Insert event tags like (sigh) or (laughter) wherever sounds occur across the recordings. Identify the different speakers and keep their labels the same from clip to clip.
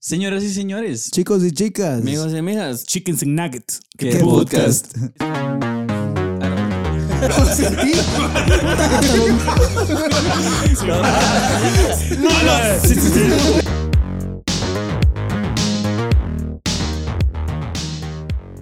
Speaker 1: Señoras y señores,
Speaker 2: Chicos y chicas.
Speaker 1: amigos y amigas,
Speaker 3: Chicken and Nuggets.
Speaker 1: ¿Qué
Speaker 2: ¿Qué podcast?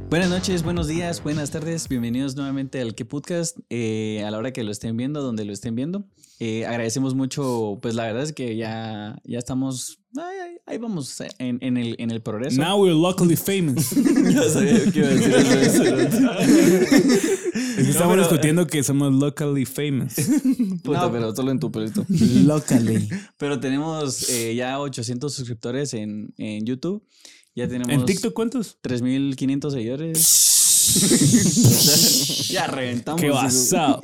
Speaker 1: Buenas noches, buenos días, buenas tardes, bienvenidos nuevamente al que podcast, eh, a la hora que lo estén viendo, donde lo estén viendo. Eh, agradecemos mucho, pues la verdad es que ya, ya estamos, ay, ay, ahí vamos eh, en, en el, en el progreso.
Speaker 3: Now we're locally famous.
Speaker 1: Ya sabía que iba a decir eso, (laughs)
Speaker 3: Es que estamos discutiendo que somos locally famous.
Speaker 1: Puta,
Speaker 2: No.
Speaker 1: pero solo en tu pelito.
Speaker 2: Locally.
Speaker 1: (laughs) Pero tenemos eh, ya 800 suscriptores en, en YouTube. Ya tenemos
Speaker 3: ¿En TikTok cuántos?
Speaker 1: 3.500
Speaker 3: (laughs)
Speaker 1: seguidores. ya reventamos.
Speaker 3: Qué basado.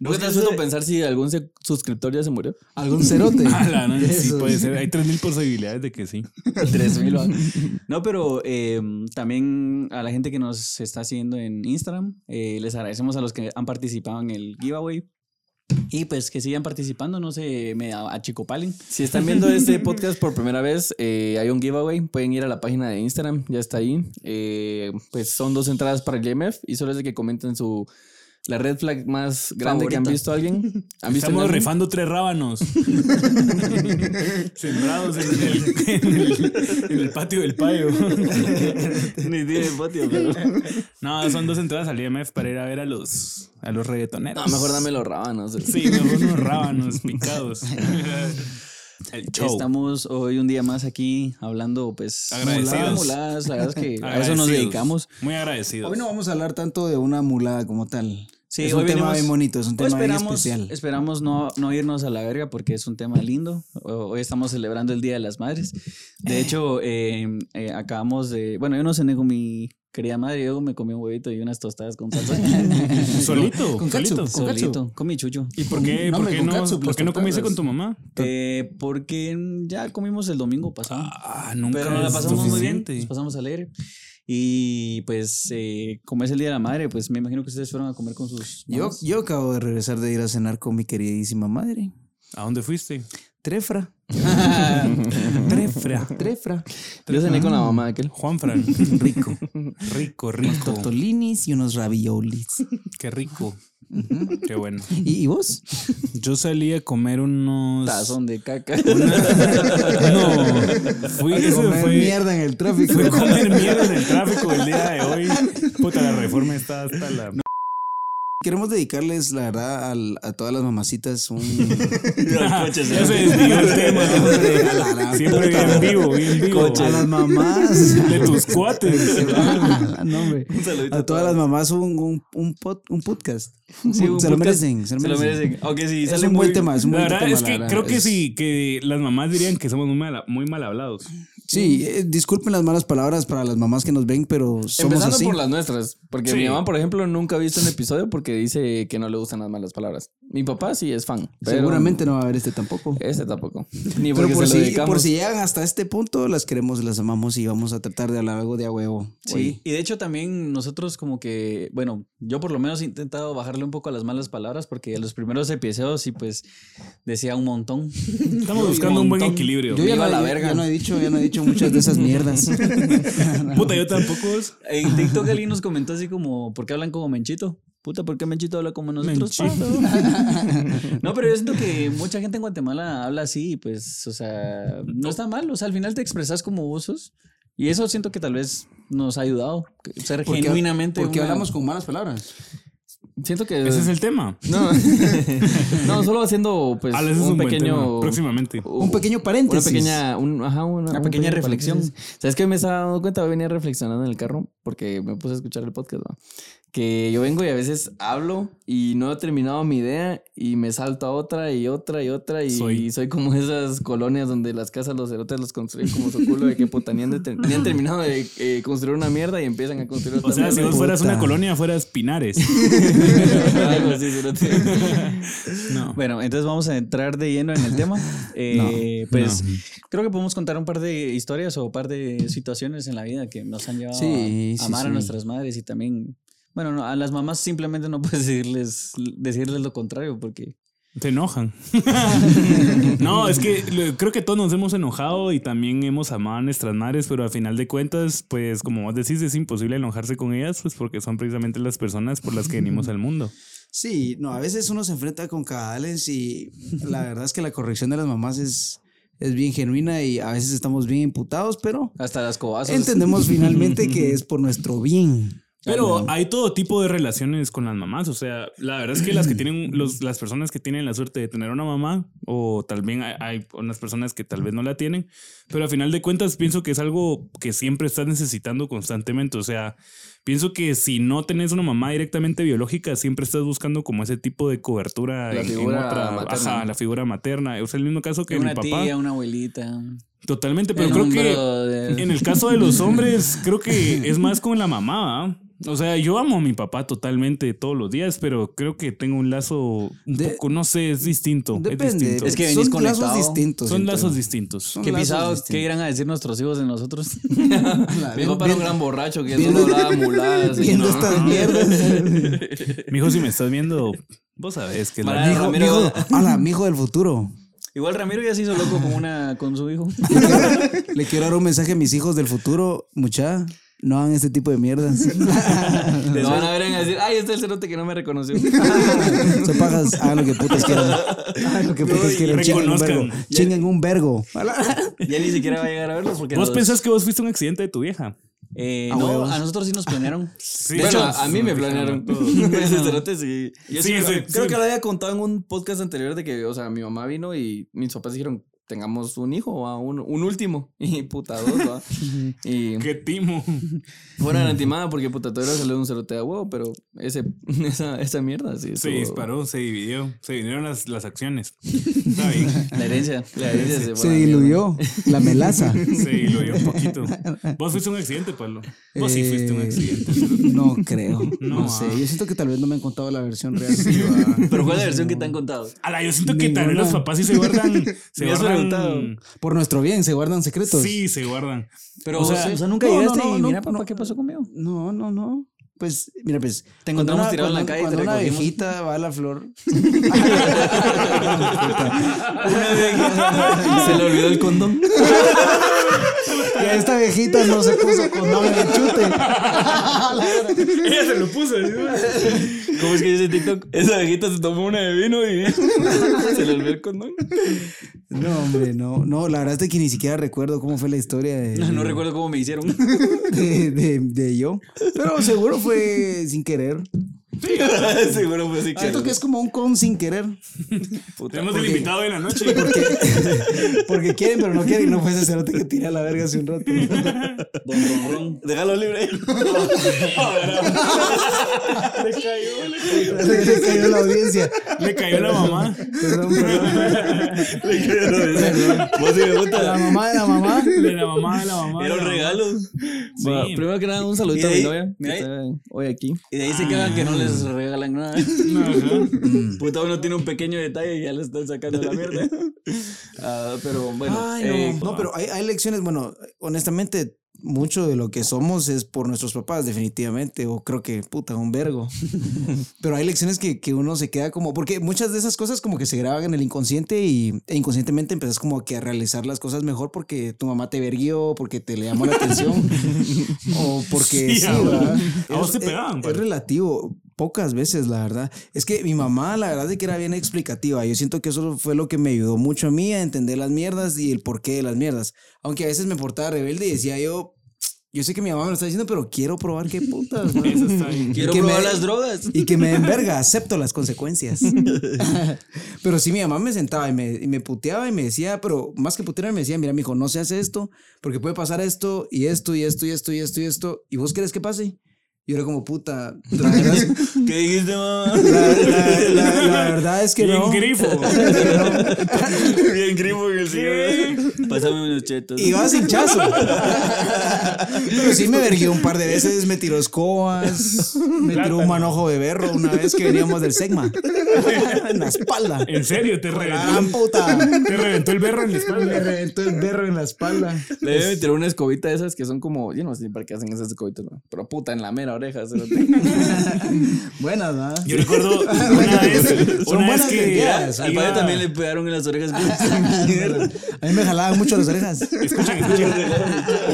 Speaker 4: ¿Nunca te has puesto a pensar si algún se- suscriptor ya se murió?
Speaker 2: ¿Algún
Speaker 3: (laughs)
Speaker 2: cerote?
Speaker 4: (laughs)
Speaker 3: Ah, la verdad, sí
Speaker 2: Eso.
Speaker 3: puede ser. Hay 3000 posibilidades de que sí.
Speaker 1: 3.000. No, pero eh, también a la gente que nos está siguiendo en Instagram, eh, les agradecemos a los que han participado en el giveaway. Y pues que sigan participando, no se me achicopalen.
Speaker 4: Si están viendo este podcast por primera vez, eh, hay un giveaway. Pueden ir a la página de Instagram, ya está ahí. Eh, pues son dos entradas para el GMF y solo es de que comenten su. La red flag más grande que han
Speaker 1: Favorita.
Speaker 4: visto alguien. ¿Han visto
Speaker 3: Estamos
Speaker 4: en alguien?
Speaker 3: rifando tres rábanos. Sembrados en el, en el- en el patio del payo.
Speaker 1: (laughs) Ni tiene patio, pero.
Speaker 3: No, son dos entradas al IMF para ir a ver a los, a los reggaetoneros.
Speaker 4: No, mejor dame los rábanos.
Speaker 3: Sí, mejor unos rábanos picados. El show.
Speaker 1: Estamos hoy un día más aquí hablando, pues.
Speaker 3: Agradecidos.
Speaker 1: muladas, la verdad es que a eso nos
Speaker 3: Agradecidos.
Speaker 1: dedicamos.
Speaker 3: Muy agradecidos.
Speaker 2: Hoy no vamos a hablar tanto de una mulada como tal.
Speaker 1: Sí,
Speaker 2: es
Speaker 1: hoy
Speaker 2: un tema
Speaker 1: venimos-
Speaker 2: bien bonito, es un
Speaker 1: Hoy
Speaker 2: tema bien
Speaker 1: esperamos,
Speaker 2: especial.
Speaker 1: esperamos no, no irnos a la verga porque es un tema lindo. O- Hoy estamos celebrando el Día de las Madres. De hecho, eh, eh, acabamos de. Bueno, yo no cené con mi querida madre. Yo me comí un huevito y unas tostadas con salsa.
Speaker 3: (laughs) Solito,
Speaker 2: Con
Speaker 3: solito.
Speaker 2: ketchup.
Speaker 1: Solito, con mi chucho.
Speaker 3: ¿Y por qué
Speaker 2: No,
Speaker 3: no, por
Speaker 2: hombre,
Speaker 3: qué
Speaker 2: con
Speaker 3: no,
Speaker 2: catsup,
Speaker 3: por
Speaker 2: las
Speaker 3: qué no comiste con
Speaker 2: tortadas.
Speaker 3: tu mamá?
Speaker 1: Eh, porque ya comimos el domingo pasado.
Speaker 3: Ah, nunca.
Speaker 1: Pero nos la
Speaker 3: es
Speaker 1: pasamos muy bien,
Speaker 3: suficiente.
Speaker 1: nos pasamos alegre. Y pues, eh, como es el Día de la Madre, pues me imagino que ustedes fueron a comer con sus.
Speaker 2: Yo, (laughs)
Speaker 1: mamás.
Speaker 2: yo acabo de regresar de ir a cenar con mi queridísima madre.
Speaker 3: ¿A dónde fuiste?
Speaker 2: Trefra.
Speaker 3: (laughs) Trefra.
Speaker 2: Trefra.
Speaker 4: Yo cené con la mamá de aquel.
Speaker 3: Juanfran.
Speaker 2: Rico.
Speaker 3: (laughs) Rico,
Speaker 2: Unos
Speaker 3: rico.
Speaker 2: tortolinis y unos (laughs) raviolis.
Speaker 3: Qué rico. Qué bueno.
Speaker 2: ¿Y, y vos?
Speaker 3: Yo salí a comer unos.
Speaker 4: Tazón de caca.
Speaker 3: No. Fui
Speaker 2: A
Speaker 3: eso
Speaker 2: comer
Speaker 3: fue-
Speaker 2: mierda en el tráfico.
Speaker 3: fue (laughs) comer mierda en el tráfico el día de hoy. Puta, la reforma está hasta la.
Speaker 2: Queremos dedicarles, la verdad, al- a todas las mamacitas un...
Speaker 3: (laughs) Ya se desvió el (laughs)
Speaker 2: Hombre, a
Speaker 3: tema.
Speaker 2: la gran
Speaker 3: Siempre
Speaker 2: puta.
Speaker 3: bien vivo, bien vivo.
Speaker 2: A (laughs) las mamás.
Speaker 3: De tus cuates.
Speaker 2: Ah, no, hombre. A todas las mamás un, un, un, pod- un podcast.
Speaker 1: Sí, un
Speaker 2: se lo
Speaker 1: podcast.
Speaker 2: merecen. Se lo
Speaker 1: Se lo
Speaker 2: merecen.
Speaker 1: merecen. Aunque sí,
Speaker 2: Es
Speaker 1: sale
Speaker 2: un buen
Speaker 1: muy-
Speaker 2: tema. Es un
Speaker 3: La
Speaker 2: buen
Speaker 3: verdad
Speaker 2: tema,
Speaker 3: es que
Speaker 2: verdad.
Speaker 3: creo que
Speaker 2: Es-
Speaker 3: sí, que las mamás dirían que somos muy mal, muy mal hablados.
Speaker 2: Sí, eh, disculpen las malas palabras para las mamás que nos ven, pero somos
Speaker 4: Empezando
Speaker 2: así.
Speaker 4: por las nuestras. Porque
Speaker 3: Sí.
Speaker 4: mi mamá, por ejemplo, nunca ha visto un episodio porque dice que no le gustan las malas palabras. Mi papá sí es fan. pero
Speaker 2: Seguramente no va a haber este tampoco.
Speaker 4: Este tampoco. Ni
Speaker 2: Pero
Speaker 4: porque
Speaker 2: por
Speaker 4: se
Speaker 2: si,
Speaker 4: lo dedicamos.
Speaker 2: por si llegan hasta este punto, las queremos, las amamos y vamos a tratar de hablar algo de a huevo.
Speaker 1: Sí, y de hecho también nosotros como que, bueno, yo por lo menos he intentado bajarle un poco a las malas palabras porque en los primeros episodios sí pues decía un montón.
Speaker 3: Estamos buscando un buen
Speaker 1: montón.
Speaker 3: equilibrio.
Speaker 2: Yo ya
Speaker 4: Viva
Speaker 2: no,
Speaker 4: la
Speaker 2: ya-
Speaker 4: verga.
Speaker 2: ya no he dicho, ya no he dicho muchas de esas (laughs) mierdas.
Speaker 3: Puta, yo tampoco.
Speaker 1: En TikTok alguien nos comentó así como, ¿por qué hablan como Menchito? Puta, ¿por qué Menchito habla como nosotros?
Speaker 3: Menchito.
Speaker 1: pa?" (laughs) no, pero yo siento que mucha gente en Guatemala habla así y pues, o sea, no está mal. O sea, al final te expresas como vos sos. Y eso siento que tal vez nos ha ayudado. que Ser
Speaker 2: Porque-
Speaker 1: genuinamente.
Speaker 2: Porque
Speaker 1: una- (laughs)
Speaker 2: hablamos con malas palabras.
Speaker 4: Siento que.
Speaker 3: Ese es el tema.
Speaker 4: (laughs) No, no solo haciendo pues
Speaker 3: Ah, ese es
Speaker 4: un,
Speaker 3: un, buen tema.
Speaker 4: pequeño.
Speaker 3: Próximamente.
Speaker 2: Un pequeño paréntesis.
Speaker 4: Una pequeña, un- ajá, una,
Speaker 1: Una
Speaker 4: un
Speaker 1: pequeña
Speaker 4: pequeño
Speaker 1: reflexión.
Speaker 4: paréntesis. ¿Sabes qué me estaba dando cuenta? Hoy venía reflexionando en el carro porque me puse a escuchar el podcast, ¿va? Que yo vengo y a veces hablo y no he terminado mi idea y me salto a otra y otra y otra y
Speaker 3: Soy.
Speaker 4: soy, como esas colonias donde las casas, los cerotes los construyen como su culo de que puta, ni han, de ter- ni han terminado de eh, construir una mierda y empiezan a construir otra
Speaker 3: O sea, si
Speaker 4: mierda.
Speaker 3: vos fueras
Speaker 2: Puta.
Speaker 3: una colonia, fueras Pinares.
Speaker 4: (laughs) Algo así, cerote.
Speaker 3: No.
Speaker 1: Bueno, entonces vamos a entrar de lleno en el
Speaker 3: (laughs)
Speaker 1: tema. Eh, pues creo que podemos contar un par de historias o un par de situaciones en la vida que nos han llevado
Speaker 2: Sí,
Speaker 1: a
Speaker 2: sí,
Speaker 1: amar a
Speaker 2: sí.
Speaker 1: nuestras madres y también, bueno, no, a las mamás simplemente no puedes decirles, decirles lo contrario porque
Speaker 3: Se enojan. (laughs) no, es que lo- creo que todos nos hemos enojado y también hemos amado a nuestras madres, pero al final de cuentas, pues como vos decís, es imposible enojarse con ellas, pues porque son precisamente las personas por las que venimos al mundo.
Speaker 2: Sí, no, a veces uno se enfrenta con cabales y la verdad es que la corrección de las mamás es, es bien genuina y a veces estamos bien imputados, pero
Speaker 1: Hasta las cobazos.
Speaker 2: entendemos finalmente (laughs) que es por nuestro bien.
Speaker 3: Pero hay todo tipo de relaciones con las mamás, o sea, la verdad es que las que tienen, los, las personas que tienen la suerte de tener una mamá, o también hay, hay unas personas que tal vez no la tienen, pero al final de cuentas pienso que es algo que siempre estás necesitando constantemente, o sea, pienso que si no tenés una mamá directamente biológica, siempre estás buscando como ese tipo de cobertura
Speaker 4: La
Speaker 3: en- en
Speaker 4: figura
Speaker 3: otra-
Speaker 4: materna.
Speaker 3: ajá, la figura materna, o sea, el mismo caso que mi
Speaker 1: una
Speaker 3: papá,
Speaker 1: tía, una abuelita.
Speaker 3: totalmente, pero creo que... En el caso de los hombres, creo que es más con la mamá. ¿va? O sea, yo amo a mi papá totalmente todos los días, pero creo que tengo un lazo un
Speaker 2: De-
Speaker 3: poco, no sé, es distinto. es
Speaker 2: Depende,
Speaker 3: distinto.
Speaker 1: Es que venís
Speaker 2: son lazos
Speaker 1: conectado.
Speaker 2: distintos.
Speaker 3: Son
Speaker 2: entonces.
Speaker 3: lazos distintos.
Speaker 2: Son
Speaker 1: ¿Qué
Speaker 2: lazos
Speaker 1: pisados?
Speaker 2: distintos.
Speaker 1: ¿Qué irán a decir nuestros hijos de
Speaker 3: (laughs)
Speaker 1: nosotros? (laughs)
Speaker 2: Claro,
Speaker 4: Mi papá era
Speaker 2: bien-
Speaker 4: un gran borracho que
Speaker 2: bien-
Speaker 4: solo
Speaker 2: (laughs)
Speaker 4: hablaba muladas. y
Speaker 2: viendo
Speaker 4: no.
Speaker 2: estas (laughs) mierdas.
Speaker 3: Mijo, si me estás viendo, vos sabés que es la
Speaker 1: Mara-
Speaker 2: Mijo,
Speaker 1: Ramiro-
Speaker 2: mijo, hola, mijo del futuro.
Speaker 1: Igual Ramiro ya se hizo loco con una con su
Speaker 3: (laughs)
Speaker 1: hijo.
Speaker 2: Le quiero dar un mensaje a mis hijos del futuro, mucha. No hagan este tipo de
Speaker 3: (laughs)
Speaker 2: mierdas.
Speaker 4: Lo van a ver y van a decir, ay, este es el cerote que no me reconoció.
Speaker 2: Son pajas, hagan lo que putas quieran. Hagan lo que putas
Speaker 3: y
Speaker 2: quieran. Chingan un
Speaker 3: reconozcan.
Speaker 2: vergo. Chingan un vergo.
Speaker 1: (laughs) ya ni siquiera va a llegar a verlos porque
Speaker 3: ¿Vos
Speaker 1: los-
Speaker 3: pensás que vos fuiste un accidente de tu vieja?
Speaker 1: Eh,
Speaker 2: A
Speaker 1: no,
Speaker 2: huevos.
Speaker 1: a nosotros sí nos planearon.
Speaker 3: Sí,
Speaker 4: De hecho, a mí me planearon. (laughs) Ese cerote sí. Yo
Speaker 3: Sí,
Speaker 4: sí,
Speaker 3: sí,
Speaker 4: creo
Speaker 3: sí.
Speaker 4: que lo había contado en un podcast anterior de que, o sea, mi mamá vino y mis papás dijeron, tengamos un hijo, ¿va? un, un último. (laughs) Y puta, dos, ¿va? Y
Speaker 3: Qué
Speaker 2: (laughs)
Speaker 3: timo.
Speaker 4: fueron a la timada porque puta, todavía salió un cerote de huevo, pero ese, (laughs) esa, esa mierda sí.
Speaker 3: Se
Speaker 4: estuvo-
Speaker 3: disparó, se dividió, se vinieron las, las acciones. Está bien.
Speaker 1: La herencia.
Speaker 4: La herencia se, fue
Speaker 2: Se
Speaker 4: a la mierda.
Speaker 2: diluyó la
Speaker 3: (laughs)
Speaker 2: melaza.
Speaker 3: Se diluyó
Speaker 2: (laughs)
Speaker 3: un poquito. Vos fuiste un accidente, Pablo. Vos sí fuiste un
Speaker 2: Eh,
Speaker 3: accidente.
Speaker 2: No creo.
Speaker 3: No,
Speaker 2: No, sé.
Speaker 3: ah.
Speaker 2: Yo siento que tal vez no me han contado la versión real.
Speaker 1: Pero ¿cuál es la versión que te han contado?
Speaker 3: Ala, yo siento que tal vez
Speaker 2: Ninguna.
Speaker 3: los papás sí
Speaker 2: (laughs)
Speaker 3: se guardan. Se
Speaker 4: Me has
Speaker 3: guardan.
Speaker 4: preguntado.
Speaker 2: Por nuestro bien, se guardan secretos.
Speaker 3: Sí, se guardan.
Speaker 1: Pero
Speaker 3: O
Speaker 1: vos-
Speaker 3: sea,
Speaker 1: nunca
Speaker 2: no, no,
Speaker 1: llegaste
Speaker 2: no,
Speaker 1: y
Speaker 2: no,
Speaker 1: mira, papá,
Speaker 2: no.
Speaker 1: ¿qué pasó (laughs) conmigo?
Speaker 2: No, no, no. Pues, mira, pues.
Speaker 1: Te
Speaker 2: cuando
Speaker 1: encontramos
Speaker 2: una-
Speaker 1: tirado en la
Speaker 2: cuando-
Speaker 1: calle y te
Speaker 2: Cuando una
Speaker 1: recogimos.
Speaker 2: viejita va a la flor.
Speaker 1: (laughs)
Speaker 4: Se le olvidó el condón.
Speaker 2: Y a esta viejita no se puso condón en el chute.
Speaker 3: Ella se lo puso.
Speaker 4: ¿Cómo es que dice TikTok? Esa viejita se tomó una de vino y se (laughs) le olvidó el condón.
Speaker 2: No, hombre, no. No, la verdad es que ni siquiera recuerdo cómo fue la historia de,
Speaker 1: Ah, No recuerdo cómo me (laughs) hicieron.
Speaker 2: de, de- de yo. Pero seguro fue sin querer.
Speaker 4: Seguro fue así.
Speaker 2: Siento que es como un con sin querer.
Speaker 3: Tenemos el invitado de la noche.
Speaker 2: Porque quieren, pero no quieren. No fue ese cerote que tiré a la verga hace un rato.
Speaker 1: Don Ronrón.
Speaker 4: Déjalo libre.
Speaker 3: Le cayó, le cayó.
Speaker 2: Se cayó la audiencia.
Speaker 3: Le cayó la mamá.
Speaker 2: Perdón, perdón.
Speaker 4: Vos sí me
Speaker 2: (laughs)
Speaker 4: gusta.
Speaker 2: La mamá de la mamá.
Speaker 3: De la mamá, de la mamá.
Speaker 4: Era
Speaker 3: de
Speaker 4: un
Speaker 3: la mamá.
Speaker 4: regalo.
Speaker 3: Sí.
Speaker 4: Va, primero que nada, un saludito
Speaker 1: Y
Speaker 4: a
Speaker 1: de
Speaker 4: mi
Speaker 1: ahí-
Speaker 4: novia. que
Speaker 1: mira ahí.
Speaker 4: está Hoy aquí.
Speaker 1: Y de ahí se quedan que no les regalan nada. Mm.
Speaker 3: Ajá.
Speaker 1: Puta, uno tiene un pequeño detalle y ya le están sacando la (laughs) mierda.
Speaker 4: Ah, pero bueno.
Speaker 2: Ay,
Speaker 4: eh,
Speaker 2: no. No, pero hay, hay lecciones. Bueno, honestamente, mucho de lo que somos es por nuestros papás, definitivamente. O creo que, puta, un
Speaker 4: (laughs)
Speaker 2: vergo. pero hay lecciones que, que uno se queda como. Porque muchas de esas cosas como que se graban en el inconsciente y e inconscientemente empezás como que a realizar las cosas mejor porque tu mamá te verguió, porque te le llamó la
Speaker 4: (laughs)
Speaker 2: atención.
Speaker 3: (laughs)
Speaker 2: o porque.
Speaker 3: Sí,
Speaker 2: Sí,
Speaker 3: a vos.
Speaker 2: ¿verdad?
Speaker 3: A vos
Speaker 2: Es-
Speaker 3: te
Speaker 2: es-
Speaker 3: pegaban,
Speaker 2: es
Speaker 3: pues. padre.
Speaker 2: relativo. Pocas veces, la verdad. Es que mi mamá, la verdad, es que era bien explicativa. Yo siento que eso fue lo que me ayudó mucho a mí a entender las mierdas y el porqué de las mierdas. Aunque a veces me portaba rebelde y decía yo, yo sé que mi mamá me lo está diciendo, pero quiero probar
Speaker 1: (laughs)
Speaker 2: qué putas. ¿no?"
Speaker 3: Eso está bien.
Speaker 1: Quiero
Speaker 2: que
Speaker 1: probar
Speaker 2: me-
Speaker 1: las
Speaker 2: (laughs)
Speaker 1: drogas.
Speaker 2: Y que me den verga, acepto las consecuencias. pero sí, mi mamá me sentaba y me, y me puteaba y me decía, pero más que putear, me decía, mira, mijo, no se hace esto, porque puede pasar esto y esto y esto y esto y esto y esto. ¿Y vos crees que pase? Y yo era como, puta, la verdad,
Speaker 1: ¿Qué dijiste, mamá?
Speaker 2: la- la- la- la verdad (laughs) es que
Speaker 3: Bien
Speaker 2: no. (laughs)
Speaker 3: grifo.
Speaker 4: (laughs)
Speaker 1: Bien grifo en el cigarro. Pásame unos chetos.
Speaker 2: Iba sin chazo. Pero sí me vergué un par de veces, me tiró escobas, me tiró un
Speaker 3: Plátano.
Speaker 2: manojo de berro una vez que veníamos del
Speaker 3: (laughs)
Speaker 2: Segma. en la espalda.
Speaker 3: En serio, te
Speaker 2: ¡Ah,
Speaker 3: reventó.
Speaker 2: (laughs) puta!
Speaker 3: Te reventó el berro en la
Speaker 2: Me (laughs)
Speaker 3: espalda.
Speaker 2: reventó el berro en la espalda. (laughs)
Speaker 4: Le debe meter una escobita de esas que son como. Yo no sé para qué hacen esas escobitas, ¿no? pero puta en la mera oreja.
Speaker 3: (laughs)
Speaker 2: Buenas, ¿verdad?
Speaker 3: Yo recuerdo una vez,
Speaker 2: Son
Speaker 3: una vez
Speaker 2: buenas
Speaker 3: que
Speaker 2: mentiras.
Speaker 3: iba-
Speaker 4: Al padre
Speaker 2: Ah.
Speaker 4: también le pegaron en las orejas.
Speaker 2: (laughs)
Speaker 4: mierda.
Speaker 2: (laughs) A mí me jalaban mucho las orejas.
Speaker 3: Escuchen, escuchen.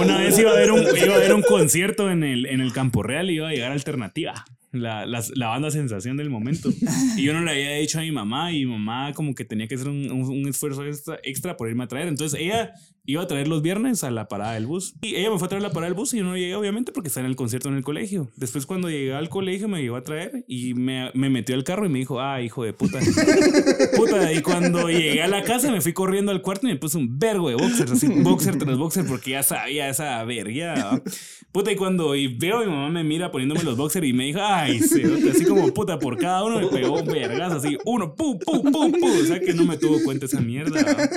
Speaker 3: Una vez iba a haber un, iba a haber un concierto en el, en el Campo Real y iba a llegar Alternativa. La, las- la banda sensación del momento. Y yo no le había dicho a mi mamá y mi mamá como que tenía que hacer un, un- un esfuerzo extra, extra por irme a traer. Entonces ella iba a traer los viernes a la parada del bus. Y ella me fue a traer a la parada del bus y yo no llegué obviamente porque estaba en el concierto en el colegio. Después cuando llegué al colegio me llegó a traer y me, me metió al carro y me dijo, ah, hijo de puta. Puta, y cuando llegué a la casa me fui corriendo al cuarto y me puse un vergo de boxers, así boxer tras boxer, porque ya sabía esa verga. ¿va? Puta, y cuando y veo mi mamá me mira poniéndome los boxers y me dijo, ay, cerote", así como puta, por cada uno me pegó un vergazo, así, uno, pum, pum, pum, pum. O sea que no me tuvo cuenta esa mierda. ¿va?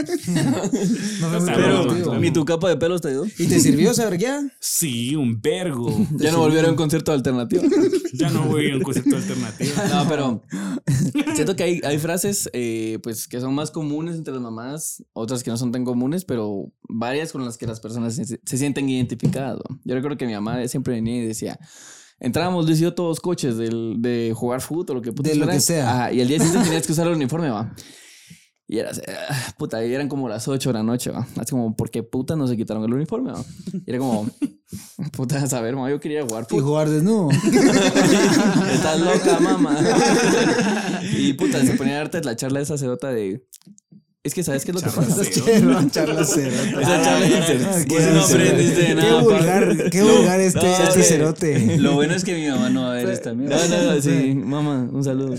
Speaker 2: (laughs) No fue muy
Speaker 3: Pero-
Speaker 2: productivo.
Speaker 4: Ni tu capa de pelos te dio.
Speaker 2: ¿Y te sirvió esa verguía?
Speaker 3: Sí, un vergo.
Speaker 4: Ya no volvieron a un concierto alternativo.
Speaker 3: (laughs) Ya no voy a un concepto alternativo.
Speaker 4: No, pero (laughs) siento que hay, hay frases eh, pues que son más comunes entre las mamás, otras que no son tan comunes, pero varias con las que las personas se, se sienten identificadas. ¿no? Yo recuerdo que mi mamá siempre venía y decía, entrábamos, Luis y yo, todos los coches del- de jugar fútbol o lo que putas
Speaker 2: De lo
Speaker 4: fuera".
Speaker 2: que sea.
Speaker 4: Ajá, y al día siguiente tenías que usar
Speaker 2: (laughs)
Speaker 4: el uniforme, va. Y era así, ah, puta, y eran como las 8 de la noche, va. Así como, ¿por qué puta no se quitaron el uniforme, va? Y era como, (laughs) puta, a saber, mamá, yo quería jugar
Speaker 2: Y
Speaker 4: fútbol.
Speaker 2: jugar desnudo.
Speaker 4: (laughs) Estás loca, mamá. y puta, se ponía harta la charla de esa cerota de. Es que sabes qué es lo que
Speaker 3: Charla
Speaker 4: pasa.
Speaker 3: de-
Speaker 2: (laughs) Quiero charlas cero.
Speaker 4: Esa charla de
Speaker 2: Ah,
Speaker 4: Vos pues, no aprendiste de
Speaker 2: Qué
Speaker 4: nada.
Speaker 2: vulgar, qué vulgar este,
Speaker 4: no,
Speaker 2: este
Speaker 4: es que-
Speaker 2: cerote.
Speaker 1: Lo bueno es que mi mamá no va a ver esta
Speaker 4: papi.
Speaker 1: mierda.
Speaker 4: No, no, no, sí, mamá, un saludo.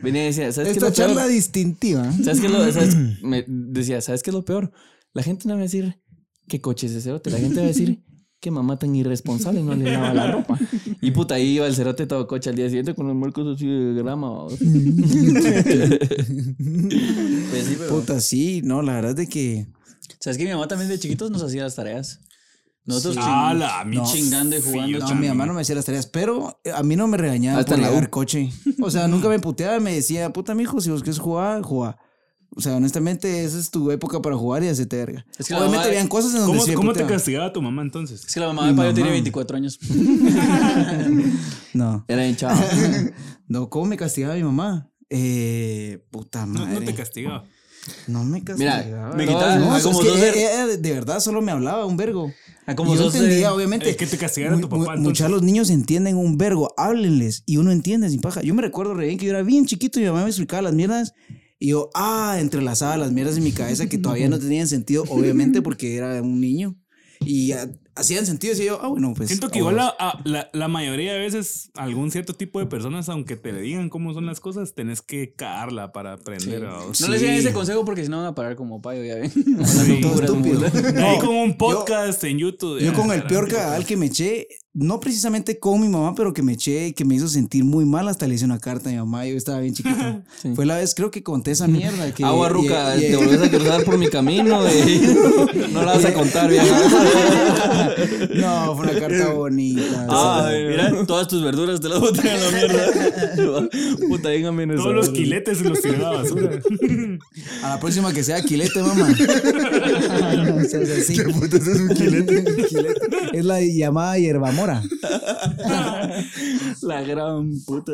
Speaker 4: Venía y decía, ¿sabes qué es
Speaker 2: Esta
Speaker 4: lo peor?
Speaker 2: charla distintiva.
Speaker 4: ¿Sabes qué es
Speaker 2: (clears throat)
Speaker 4: lo sabes- Me decía, ¿sabes qué es lo peor? La gente no va a decir qué coche es ese cerote. La gente va a decir qué mamá tan irresponsable no le lava la
Speaker 2: (laughs)
Speaker 4: ropa. Y puta, ahí iba el cerote todo coche al día siguiente con los marcos así de grama.
Speaker 2: (laughs)
Speaker 4: babos.
Speaker 1: Pues sí, pero-
Speaker 2: Puta, sí, no, la verdad es de que.
Speaker 1: ¿Sabes que mi mamá también de chiquitos nos hacía las tareas? Nosotros
Speaker 3: Sí. Ah,
Speaker 1: ching-
Speaker 3: Ala, a mí
Speaker 1: chingando y jugando.
Speaker 3: sí, yo
Speaker 2: No,
Speaker 3: también.
Speaker 2: mi mamá no me hacía las tareas, pero eh, a mí no me regañaba
Speaker 4: Hasta
Speaker 2: por
Speaker 4: en la U.
Speaker 2: llevar coche. O sea,
Speaker 1: (laughs)
Speaker 2: nunca me puteaba, me decía, puta, mijo, si vos quieres jugar, juega. O sea, honestamente, esa es tu época para jugar y hacerte verga.
Speaker 1: Es que la
Speaker 2: Obviamente
Speaker 1: mamá-
Speaker 2: habían cosas en donde
Speaker 3: ¿Cómo,
Speaker 2: sí me
Speaker 3: cómo te
Speaker 2: puteaban.
Speaker 3: castigaba tu mamá entonces?
Speaker 1: Es que la mamá de Payo
Speaker 2: mamá.
Speaker 1: tiene 24 años.
Speaker 2: No,
Speaker 4: Era hinchado.
Speaker 2: no, ¿cómo me castigaba mi mamá? Eh, puta
Speaker 3: No,
Speaker 2: madre.
Speaker 3: no te castigaba.
Speaker 2: No me castigaba.
Speaker 4: me quitaba-
Speaker 2: No,
Speaker 4: a
Speaker 2: es
Speaker 4: como
Speaker 2: que
Speaker 4: sos de-
Speaker 2: ella- ella de verdad solo me hablaba un vergo.
Speaker 1: A como
Speaker 2: Y yo
Speaker 1: sos de-
Speaker 2: entendía, obviamente.
Speaker 3: Es Eh, que te castigara
Speaker 2: Mu-
Speaker 3: tu
Speaker 2: mu-
Speaker 3: papá. entonces.
Speaker 2: Muchos los niños entienden un vergo, háblenles y uno entiende sin paja. Yo me recuerdo re bien que yo era bien chiquito y mi mamá me explicaba las mierdas y yo, ah, entrelazaba las mierdas en mi cabeza que todavía no tenían sentido, obviamente, porque era un niño. Y ah, hacían sentido y yo, ah, bueno, pues.
Speaker 3: Siento
Speaker 2: ah,
Speaker 3: que igual
Speaker 2: bueno.
Speaker 3: la, a- la, la mayoría de veces algún cierto tipo de personas, aunque te le digan cómo son las cosas, tenés que cagarla para aprender.
Speaker 1: No
Speaker 3: ¿vaos?
Speaker 1: les digan
Speaker 2: Sí.
Speaker 1: ese consejo porque si no van a parar como Payo, ya ven.
Speaker 3: Sí.
Speaker 2: Todo
Speaker 1: puras
Speaker 2: estúpido.
Speaker 3: De ahí
Speaker 2: No,
Speaker 3: con un
Speaker 2: yo-
Speaker 3: podcast en YouTube.
Speaker 2: Yo
Speaker 3: Ah, (laughs)
Speaker 2: con el
Speaker 3: la
Speaker 2: peor
Speaker 3: verga.
Speaker 2: cagadal que me eché, no precisamente con mi mamá, pero que me eché, que me hizo sentir muy mal, hasta le hice una carta a mi mamá, yo estaba bien
Speaker 3: (laughs)
Speaker 2: chiquito. Fue la vez, creo que conté esa mierda. Que,
Speaker 4: Agua ruca,
Speaker 2: y- y-
Speaker 4: te volvés a cruzar por mi camino y no la vas a contar, vieja.
Speaker 2: (laughs)
Speaker 4: (laughs)
Speaker 2: no, fue una carta bonita.
Speaker 4: Ah,
Speaker 2: ¿sabes?
Speaker 4: mira, todas tus verduras te las botan a la mierda. (laughs) Puta, dígame en
Speaker 3: Todos los quiletes los tiré a la
Speaker 2: (laughs)
Speaker 3: basura.
Speaker 2: A la próxima que sea quilete, (laughs) mamá. no seas así. ¿Qué putas es un (laughs) quilete? Es la llamada hierbamora.
Speaker 4: (laughs) La gran puta.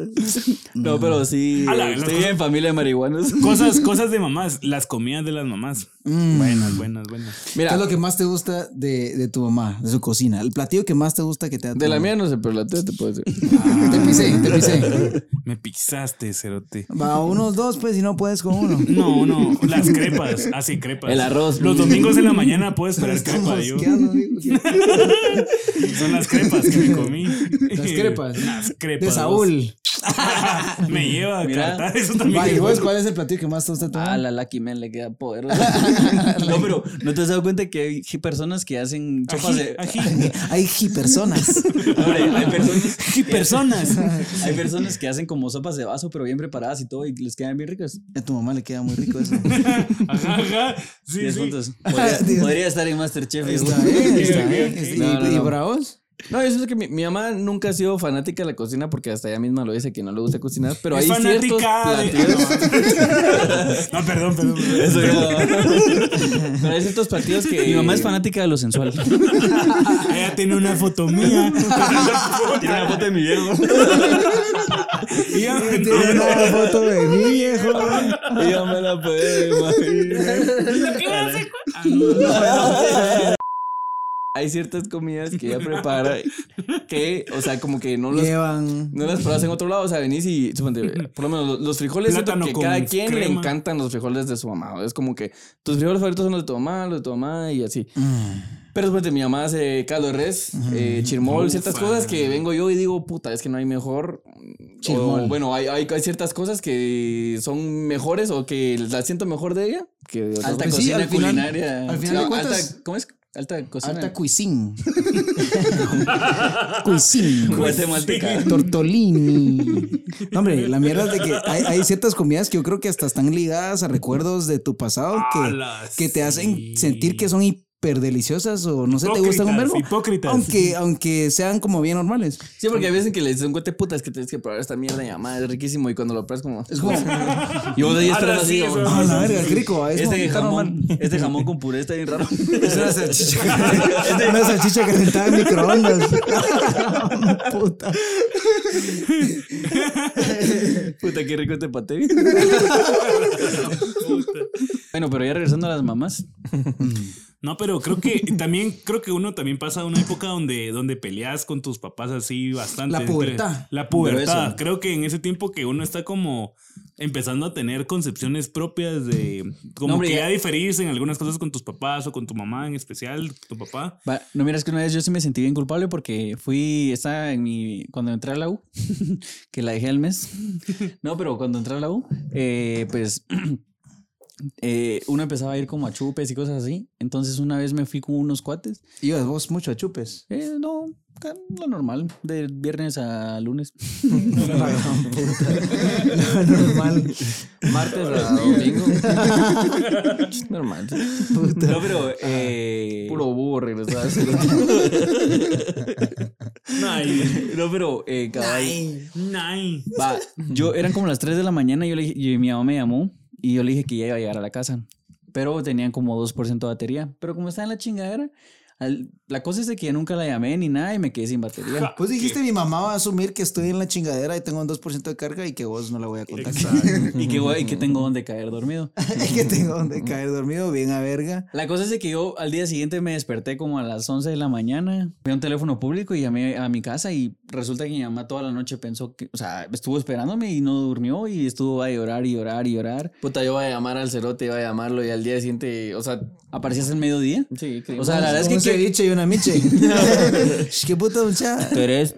Speaker 4: No, pero sí.
Speaker 3: A la- las
Speaker 4: estoy
Speaker 3: cosas-
Speaker 4: en familia de marihuanos.
Speaker 3: cosas, cosas de mamás. Las comidas de las mamás.
Speaker 2: Mm.
Speaker 3: Buenas, buenas, buenas. (laughs)
Speaker 2: ¿Qué
Speaker 4: Mira,
Speaker 2: es lo que más te gusta de, de tu mamá, de su cocina? El platillo que más te gusta que te da tu
Speaker 4: de la
Speaker 2: mamá?
Speaker 4: mía no sé, pero la tuya te puedo decir.
Speaker 2: Te pisé, te pisé.
Speaker 3: Me pisaste, cerote.
Speaker 2: Va, unos dos, pues, si no puedes con (laughs) uno.
Speaker 3: No, no, las crepas, así crepas.
Speaker 4: El arroz.
Speaker 3: Los domingos en la mañana puedo esperar crepa.
Speaker 2: Estamos
Speaker 3: Yo.
Speaker 2: quedando, (laughs) amigo.
Speaker 3: (laughs) Son las crepas que me comí.
Speaker 2: Las crepas.
Speaker 3: (laughs) Las crepas.
Speaker 2: De (laughs) Saúl.
Speaker 3: (laughs) Me lleva a
Speaker 1: Mira.
Speaker 3: cartar eso también.
Speaker 2: Va, ¿y vos cuál es el platillo que más te gusta a tu
Speaker 1: Ah,
Speaker 2: mamá?
Speaker 1: la Lucky Man le queda poderosa. no, pero ¿no te has dado cuenta que hay personas que hacen
Speaker 3: Ají,
Speaker 1: sopas de...
Speaker 3: ají.
Speaker 2: (laughs) Hay personas.
Speaker 1: Hombre,
Speaker 2: (laughs)
Speaker 1: hay personas...
Speaker 3: Y personas.
Speaker 1: (laughs) Hay personas que hacen como sopas de vaso, pero bien preparadas y todo, y les quedan bien ricas.
Speaker 2: A tu mamá le queda muy rico
Speaker 4: (laughs)
Speaker 2: eso.
Speaker 3: Ajá, ajá. Sí,
Speaker 1: Diez
Speaker 3: sí.
Speaker 1: puntos. Podría,
Speaker 2: Dios.
Speaker 1: podría estar en Masterchef.
Speaker 2: Está
Speaker 1: hijo.
Speaker 4: (laughs)
Speaker 1: (laughs)
Speaker 2: bien, está bien.
Speaker 3: Ok, ok, ok.
Speaker 2: ¿Y,
Speaker 4: No, no,
Speaker 2: y
Speaker 4: no.
Speaker 2: para vos?
Speaker 4: No, yo siento que mi, mi mamá nunca ha sido fanática de la cocina porque hasta ella misma lo dice que no le gusta cocinar, pero
Speaker 3: Es
Speaker 4: hay ciertos
Speaker 3: fanática de-
Speaker 4: platillos.
Speaker 3: No, perdón, perdón. perdón.
Speaker 1: (laughs)
Speaker 4: pero hay ciertos platillos que.
Speaker 1: Mi mamá es fanática de lo (laughs) sensual.
Speaker 3: Ella tiene una foto mía.
Speaker 5: Tiene la foto de mi viejo.
Speaker 3: (laughs) Y yo-
Speaker 2: Tiene una foto de mi viejo.
Speaker 4: Ella me la puede imaginar.
Speaker 3: Ah,
Speaker 4: Hay ciertas comidas que ella prepara que, o sea, como que no las,
Speaker 2: Llevan.
Speaker 4: no las pruebas en otro lado. O sea, venís y, suponte, por lo menos los, los frijoles, siento
Speaker 3: Plátano
Speaker 4: que
Speaker 3: con
Speaker 4: cada quien le
Speaker 3: crema.
Speaker 4: encantan los frijoles de su mamá. Es como que tus frijoles favoritos son los de tu mamá, los de tu mamá y así. Pero suponte, mi mamá hace caldo de res, eh, chirmol, ciertas
Speaker 3: Ufa.
Speaker 4: cosas que vengo yo y digo, puta, es que no hay mejor. O,
Speaker 2: Chirmol.
Speaker 4: bueno, hay, hay, hay ciertas cosas que son mejores o que las siento mejor de ella que de otras
Speaker 1: Alta
Speaker 4: cosas.
Speaker 2: sí,
Speaker 1: cocina
Speaker 2: al final-
Speaker 1: culinaria.
Speaker 2: al final de cuentas-
Speaker 1: alta- ¿Cómo es? Alta cocina.
Speaker 2: Alta (laughs) cuisine. cuisine.
Speaker 1: guatemalteca.
Speaker 2: Tortolini. No, hombre, la mierda es de que hay, hay ciertas comidas que yo creo que hasta están ligadas a recuerdos de tu pasado que,
Speaker 3: Ala,
Speaker 2: que te hacen
Speaker 3: Ah, sí.
Speaker 2: sentir que son hiper deliciosas o no sé, te gustan un
Speaker 3: Hipócritas,
Speaker 2: verbo.
Speaker 3: hipócritas.
Speaker 2: Aunque, aunque sean como bien normales.
Speaker 4: Sí, porque hay veces que le dicen, cuente puta, es que tienes que probar esta mierda y mamá, es riquísimo. Y cuando lo pruebas, como.
Speaker 2: Es como, (laughs) a
Speaker 4: Y vos ahí esperas
Speaker 3: Ala, sí,
Speaker 4: así, como,
Speaker 3: eso.
Speaker 2: Ah, la verga, qué rico. Es como
Speaker 1: Este
Speaker 2: está normal.
Speaker 1: jamón, este jamón con puré está bien raro.
Speaker 2: (laughs) Es una salchicha,
Speaker 1: (laughs)
Speaker 2: (laughs) una salchicha calentada en microondas. Puta.
Speaker 4: puta, qué rico este paté.
Speaker 1: bueno, pero ya regresando a las mamás.
Speaker 3: No, pero
Speaker 2: (laughs)
Speaker 3: creo que también, creo que uno también pasa una época donde, donde peleas con tus papás así bastante.
Speaker 2: La
Speaker 3: entre-
Speaker 2: pubertad.
Speaker 3: La pubertad.
Speaker 1: Pero eso.
Speaker 3: Creo que en ese tiempo que uno está como empezando a tener concepciones propias de como
Speaker 1: No, hombre,
Speaker 3: que
Speaker 1: ya-
Speaker 3: ya diferís en algunas cosas con tus papás o con tu mamá en especial, tu papá.
Speaker 1: Va, No miras que una vez yo sí me sentí bien culpable porque fui, estaba en mi, cuando entré a la U, (laughs) que la dejé al mes. No, pero cuando entré a la U, eh, pues (clears throat) eh, uno empezaba a ir como a chupes y cosas así. Entonces una vez me fui con unos cuates.
Speaker 2: Ibas vos mucho a chupes.
Speaker 1: Eh, no, ca- lo normal, de viernes a lunes. (laughs)
Speaker 2: normal.
Speaker 4: Martes a domingo. Normal.
Speaker 1: No, pero... eh, (laughs)
Speaker 4: Puro búho regresabas.
Speaker 2: (laughs)
Speaker 3: Nay,
Speaker 4: No, pero, eh, caballo.
Speaker 3: (laughs) nay.
Speaker 1: Va, yo eran como las 3 de la mañana y yo le dije, y mi mamá me llamó y yo le dije que ya iba a llegar a la casa. Pero tenían como 2% de batería. Pero como estaba en la chingadera, al- la cosa es de que yo nunca la llamé ni nada y me quedé sin batería.
Speaker 2: Pues dijiste, mi mamá va a asumir que estoy en la chingadera y tengo un 2% de carga y que vos no la voy a contar.
Speaker 1: (laughs)
Speaker 2: (laughs)
Speaker 1: y que, guay, que tengo donde caer dormido.
Speaker 2: que tengo donde caer dormido, bien a verga.
Speaker 1: La cosa es de que yo al día siguiente me desperté como a las 11 de la mañana, vi un teléfono público y llamé a mi casa y resulta que mi mamá toda la noche pensó que, o sea, estuvo esperándome y no durmió y estuvo a llorar y llorar y llorar.
Speaker 4: Puta, yo voy a llamar al cerote, iba a llamarlo y al día siguiente, o sea,
Speaker 1: Aparecías al mediodía.
Speaker 4: sí, que-
Speaker 1: O sea, la verdad es que-
Speaker 2: Un
Speaker 1: que
Speaker 2: ceviche y
Speaker 1: (laughs)
Speaker 2: una miche. (laughs) Qué puta mucha.
Speaker 1: Tú
Speaker 4: (laughs)
Speaker 1: eres.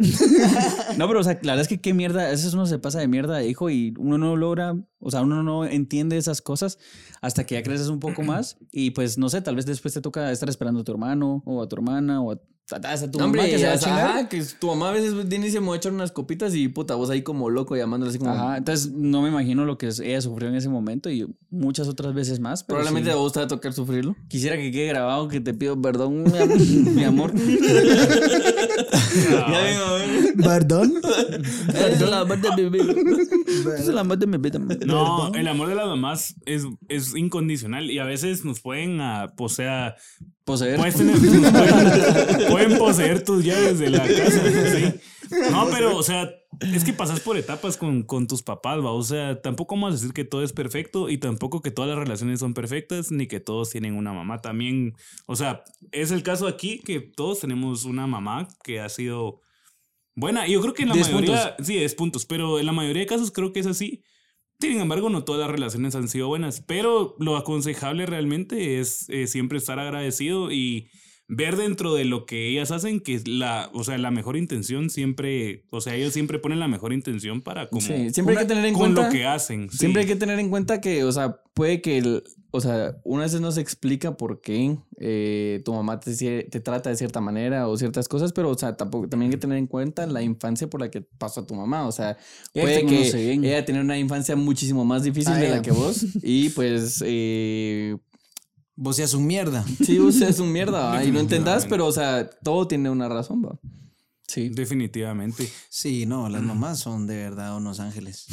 Speaker 1: No, pero o sea, la verdad es que qué mierda. A veces uno se pasa de mierda de hijo y uno no logra, o sea, uno no entiende esas cosas hasta que ya creces un poco más. Y pues no sé, tal vez después te toca estar esperando a tu hermano o a tu hermana o a, a- a tu
Speaker 4: No, hombre,
Speaker 1: mamá que se va a
Speaker 4: ajá,
Speaker 1: chingar.
Speaker 4: que tu mamá a veces viene y se me va a echar unas copitas y puta, vos ahí como loco llamándole así como.
Speaker 1: Ajá, entonces no me imagino lo que ella sufrió en ese momento y muchas otras veces más. pero
Speaker 4: Probablemente
Speaker 1: sí.
Speaker 4: a vos te va a tocar sufrirlo.
Speaker 1: Quisiera que quede grabado que te pido perdón, mi amor. (laughs) mi
Speaker 4: (laughs)
Speaker 1: amor.
Speaker 2: ¿Perdón?
Speaker 4: Esa es la parte de mi vida. Esa es la parte de mi vida.
Speaker 3: No, el amor de las mamás es, es incondicional y a veces nos pueden, ah, o sea,
Speaker 1: Poseer.
Speaker 4: Pues,
Speaker 3: Puedes tener- pueden, pueden poseer tus llaves de la casa. sí. No, pero, o sea, es que pasas por etapas con, con tus papás, va. O sea, tampoco vamos a decir que todo es perfecto y tampoco que todas las relaciones son perfectas ni que todos tienen una mamá también. O sea, es el caso aquí que todos tenemos una mamá que ha sido buena. Y Yo creo que en la
Speaker 1: Diez
Speaker 3: mayoría. Sí, es puntos, pero en la mayoría de casos creo que es así. Sin embargo, no todas las relaciones han sido buenas, pero lo aconsejable realmente es eh, siempre estar agradecido y ver dentro de lo que ellas hacen que es la, o sea, la mejor intención siempre, o sea, ellos siempre ponen la mejor intención para como
Speaker 4: Sí, siempre hay que tener en
Speaker 3: con
Speaker 4: cuenta.
Speaker 3: lo que hacen. sí.
Speaker 4: Siempre hay que tener en cuenta que, o sea, puede que, el- o sea, una vez no se explica por qué eh, tu mamá te, cie- te trata de cierta manera o ciertas cosas, pero, o sea, tampoco, también hay que tener en cuenta la infancia por la que pasó tu mamá. O sea,
Speaker 1: Ella
Speaker 4: puede
Speaker 1: te
Speaker 4: que
Speaker 1: conoce bien.
Speaker 4: ella tenga una infancia muchísimo más difícil
Speaker 2: Ah,
Speaker 4: de
Speaker 2: ella.
Speaker 4: la que vos y pues eh,
Speaker 2: Vos seas un mierda.
Speaker 1: (laughs)
Speaker 4: Sí, usted es un mierda ¿va? y no entendás, pero o sea, todo tiene una razón, va.
Speaker 1: Sí,
Speaker 3: Definitivamente.
Speaker 2: Sí, no, las mamás son de verdad unos ángeles.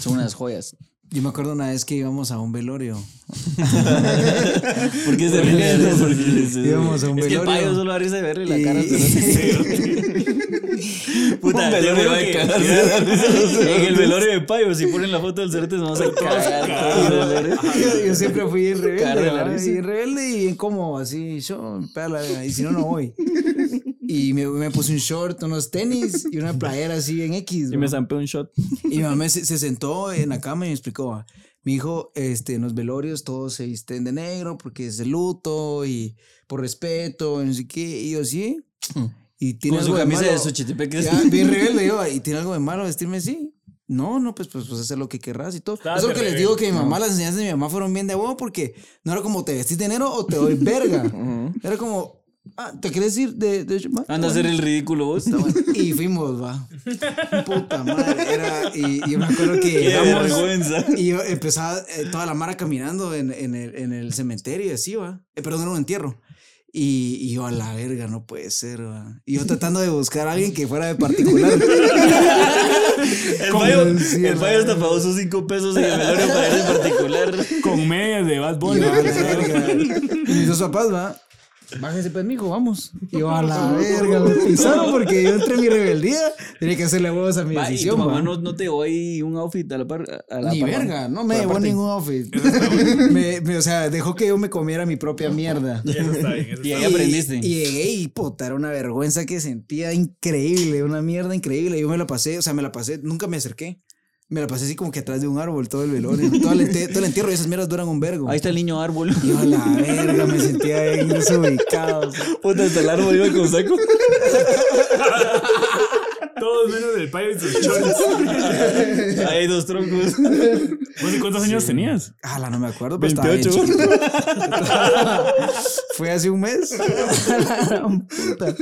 Speaker 1: son unas joyas.
Speaker 2: Yo me acuerdo una vez que íbamos a un velorio.
Speaker 1: ¿Por qué se
Speaker 2: Porque
Speaker 1: ríen de eso?
Speaker 2: es-
Speaker 1: Porque es-
Speaker 2: íbamos a un
Speaker 1: Es que el
Speaker 2: velorio.
Speaker 1: payo solo va a risa de verle la
Speaker 2: Y- (laughs)
Speaker 1: cara. pero no se- Puta,
Speaker 4: Un
Speaker 1: yo
Speaker 4: velorio
Speaker 1: creo
Speaker 4: de
Speaker 1: que-
Speaker 4: cagarse
Speaker 1: mira,
Speaker 2: (laughs)
Speaker 4: de risa
Speaker 1: En el velorio de payo, si ponen la foto del cerete, nos vamos
Speaker 2: (laughs)
Speaker 1: a cagar. todos de la risa.
Speaker 2: yo, yo siempre fui bien
Speaker 1: Cara de
Speaker 2: rebelde,
Speaker 1: la
Speaker 2: ¿verdad?
Speaker 1: risa.
Speaker 2: bien rebelde y bien como así, yo, pela, y si no, no voy. Y me, me puse un short, unos tenis y una playera así en X.
Speaker 1: Y
Speaker 2: ¿no?
Speaker 1: me zampé un shot.
Speaker 2: Y mi mamá se, se sentó en la cama y me explicó, "Ah, mi hijo, este, en los velorios todos se visten de negro porque es de luto y por respeto, y no sé qué. Y yo, sí. Y tiene
Speaker 1: Con su
Speaker 2: algo
Speaker 1: camisa
Speaker 2: malo.
Speaker 1: de Xochitepeques.
Speaker 2: Ya, bien rebelde yo, y tiene algo de malo vestirme así. No, no, pues, pues, pues hacer lo que querrás y todo. Eso es lo que les digo que mi mamá, las enseñanzas de mi mamá fueron bien de huevo porque no era como te vestís de enero o te doy
Speaker 1: (laughs)
Speaker 2: verga. era como, ah, ¿te quieres ir de, de de-
Speaker 1: Anda a hacer el ridículo vos.
Speaker 2: (laughs) y fuimos, va. Puta madre. Era, y y yo me acuerdo que
Speaker 1: Qué
Speaker 2: llegamos
Speaker 1: vergüenza.
Speaker 2: y yo empezaba eh, toda la mara caminando en, en el, en el cementerio y así, va. Eh, perdón, en un entierro. Y, y yo a la verga, no puede ser, va. Y yo tratando de buscar a alguien que fuera de particular.
Speaker 1: (laughs) El
Speaker 2: Como
Speaker 1: payo,
Speaker 2: el cielo.
Speaker 1: el payo hasta pagó sus cinco pesos en el velorio para ir en particular.
Speaker 3: Con medias de Bad
Speaker 2: Y
Speaker 4: (laughs)
Speaker 3: Bunny.
Speaker 1: (laughs)
Speaker 2: yo a la verga. Y mis dos papás, va. Bájese, pues, mijo, vamos. Y yo a la verga, me pisaron porque yo entre mi rebeldía tenía que hacerle huevos a mi
Speaker 1: Va, y tu
Speaker 2: decisión,
Speaker 1: mamá
Speaker 2: va.
Speaker 1: no, no te dio ahí un outfit a la par. a la
Speaker 2: Ni
Speaker 1: par-
Speaker 2: verga, no
Speaker 1: por
Speaker 2: me
Speaker 1: la
Speaker 2: llevó
Speaker 1: parte.
Speaker 2: ningún outfit. (laughs) Me- me- o sea, dejó que yo me comiera mi propia mierda.
Speaker 3: Eso está bien, eso
Speaker 1: Y
Speaker 3: está
Speaker 1: ahí
Speaker 2: Y-
Speaker 1: aprendiste.
Speaker 2: Y llegué y puta, era una vergüenza que sentía increíble, una mierda increíble. Yo me la pasé, o sea, me la pasé, nunca me acerqué. Me la pasé así como que atrás de un árbol, todo el velorio, todo el, ente- todo el entierro y esas mierdas duran un vergo.
Speaker 1: Ahí está el niño árbol.
Speaker 2: Y yo a la verga, me sentía bien desubicado.
Speaker 1: (laughs) Puta, hasta el árbol iba con saco.
Speaker 3: bien. Todos menos del payo y sus shorts.
Speaker 1: Hay dos troncos.
Speaker 3: ¿Vos de cuántos años tenías?
Speaker 2: Ala, no me acuerdo, pero estaba bien
Speaker 1: 28. (laughs)
Speaker 2: chiquito. Fue hace un mes. (laughs) Puta.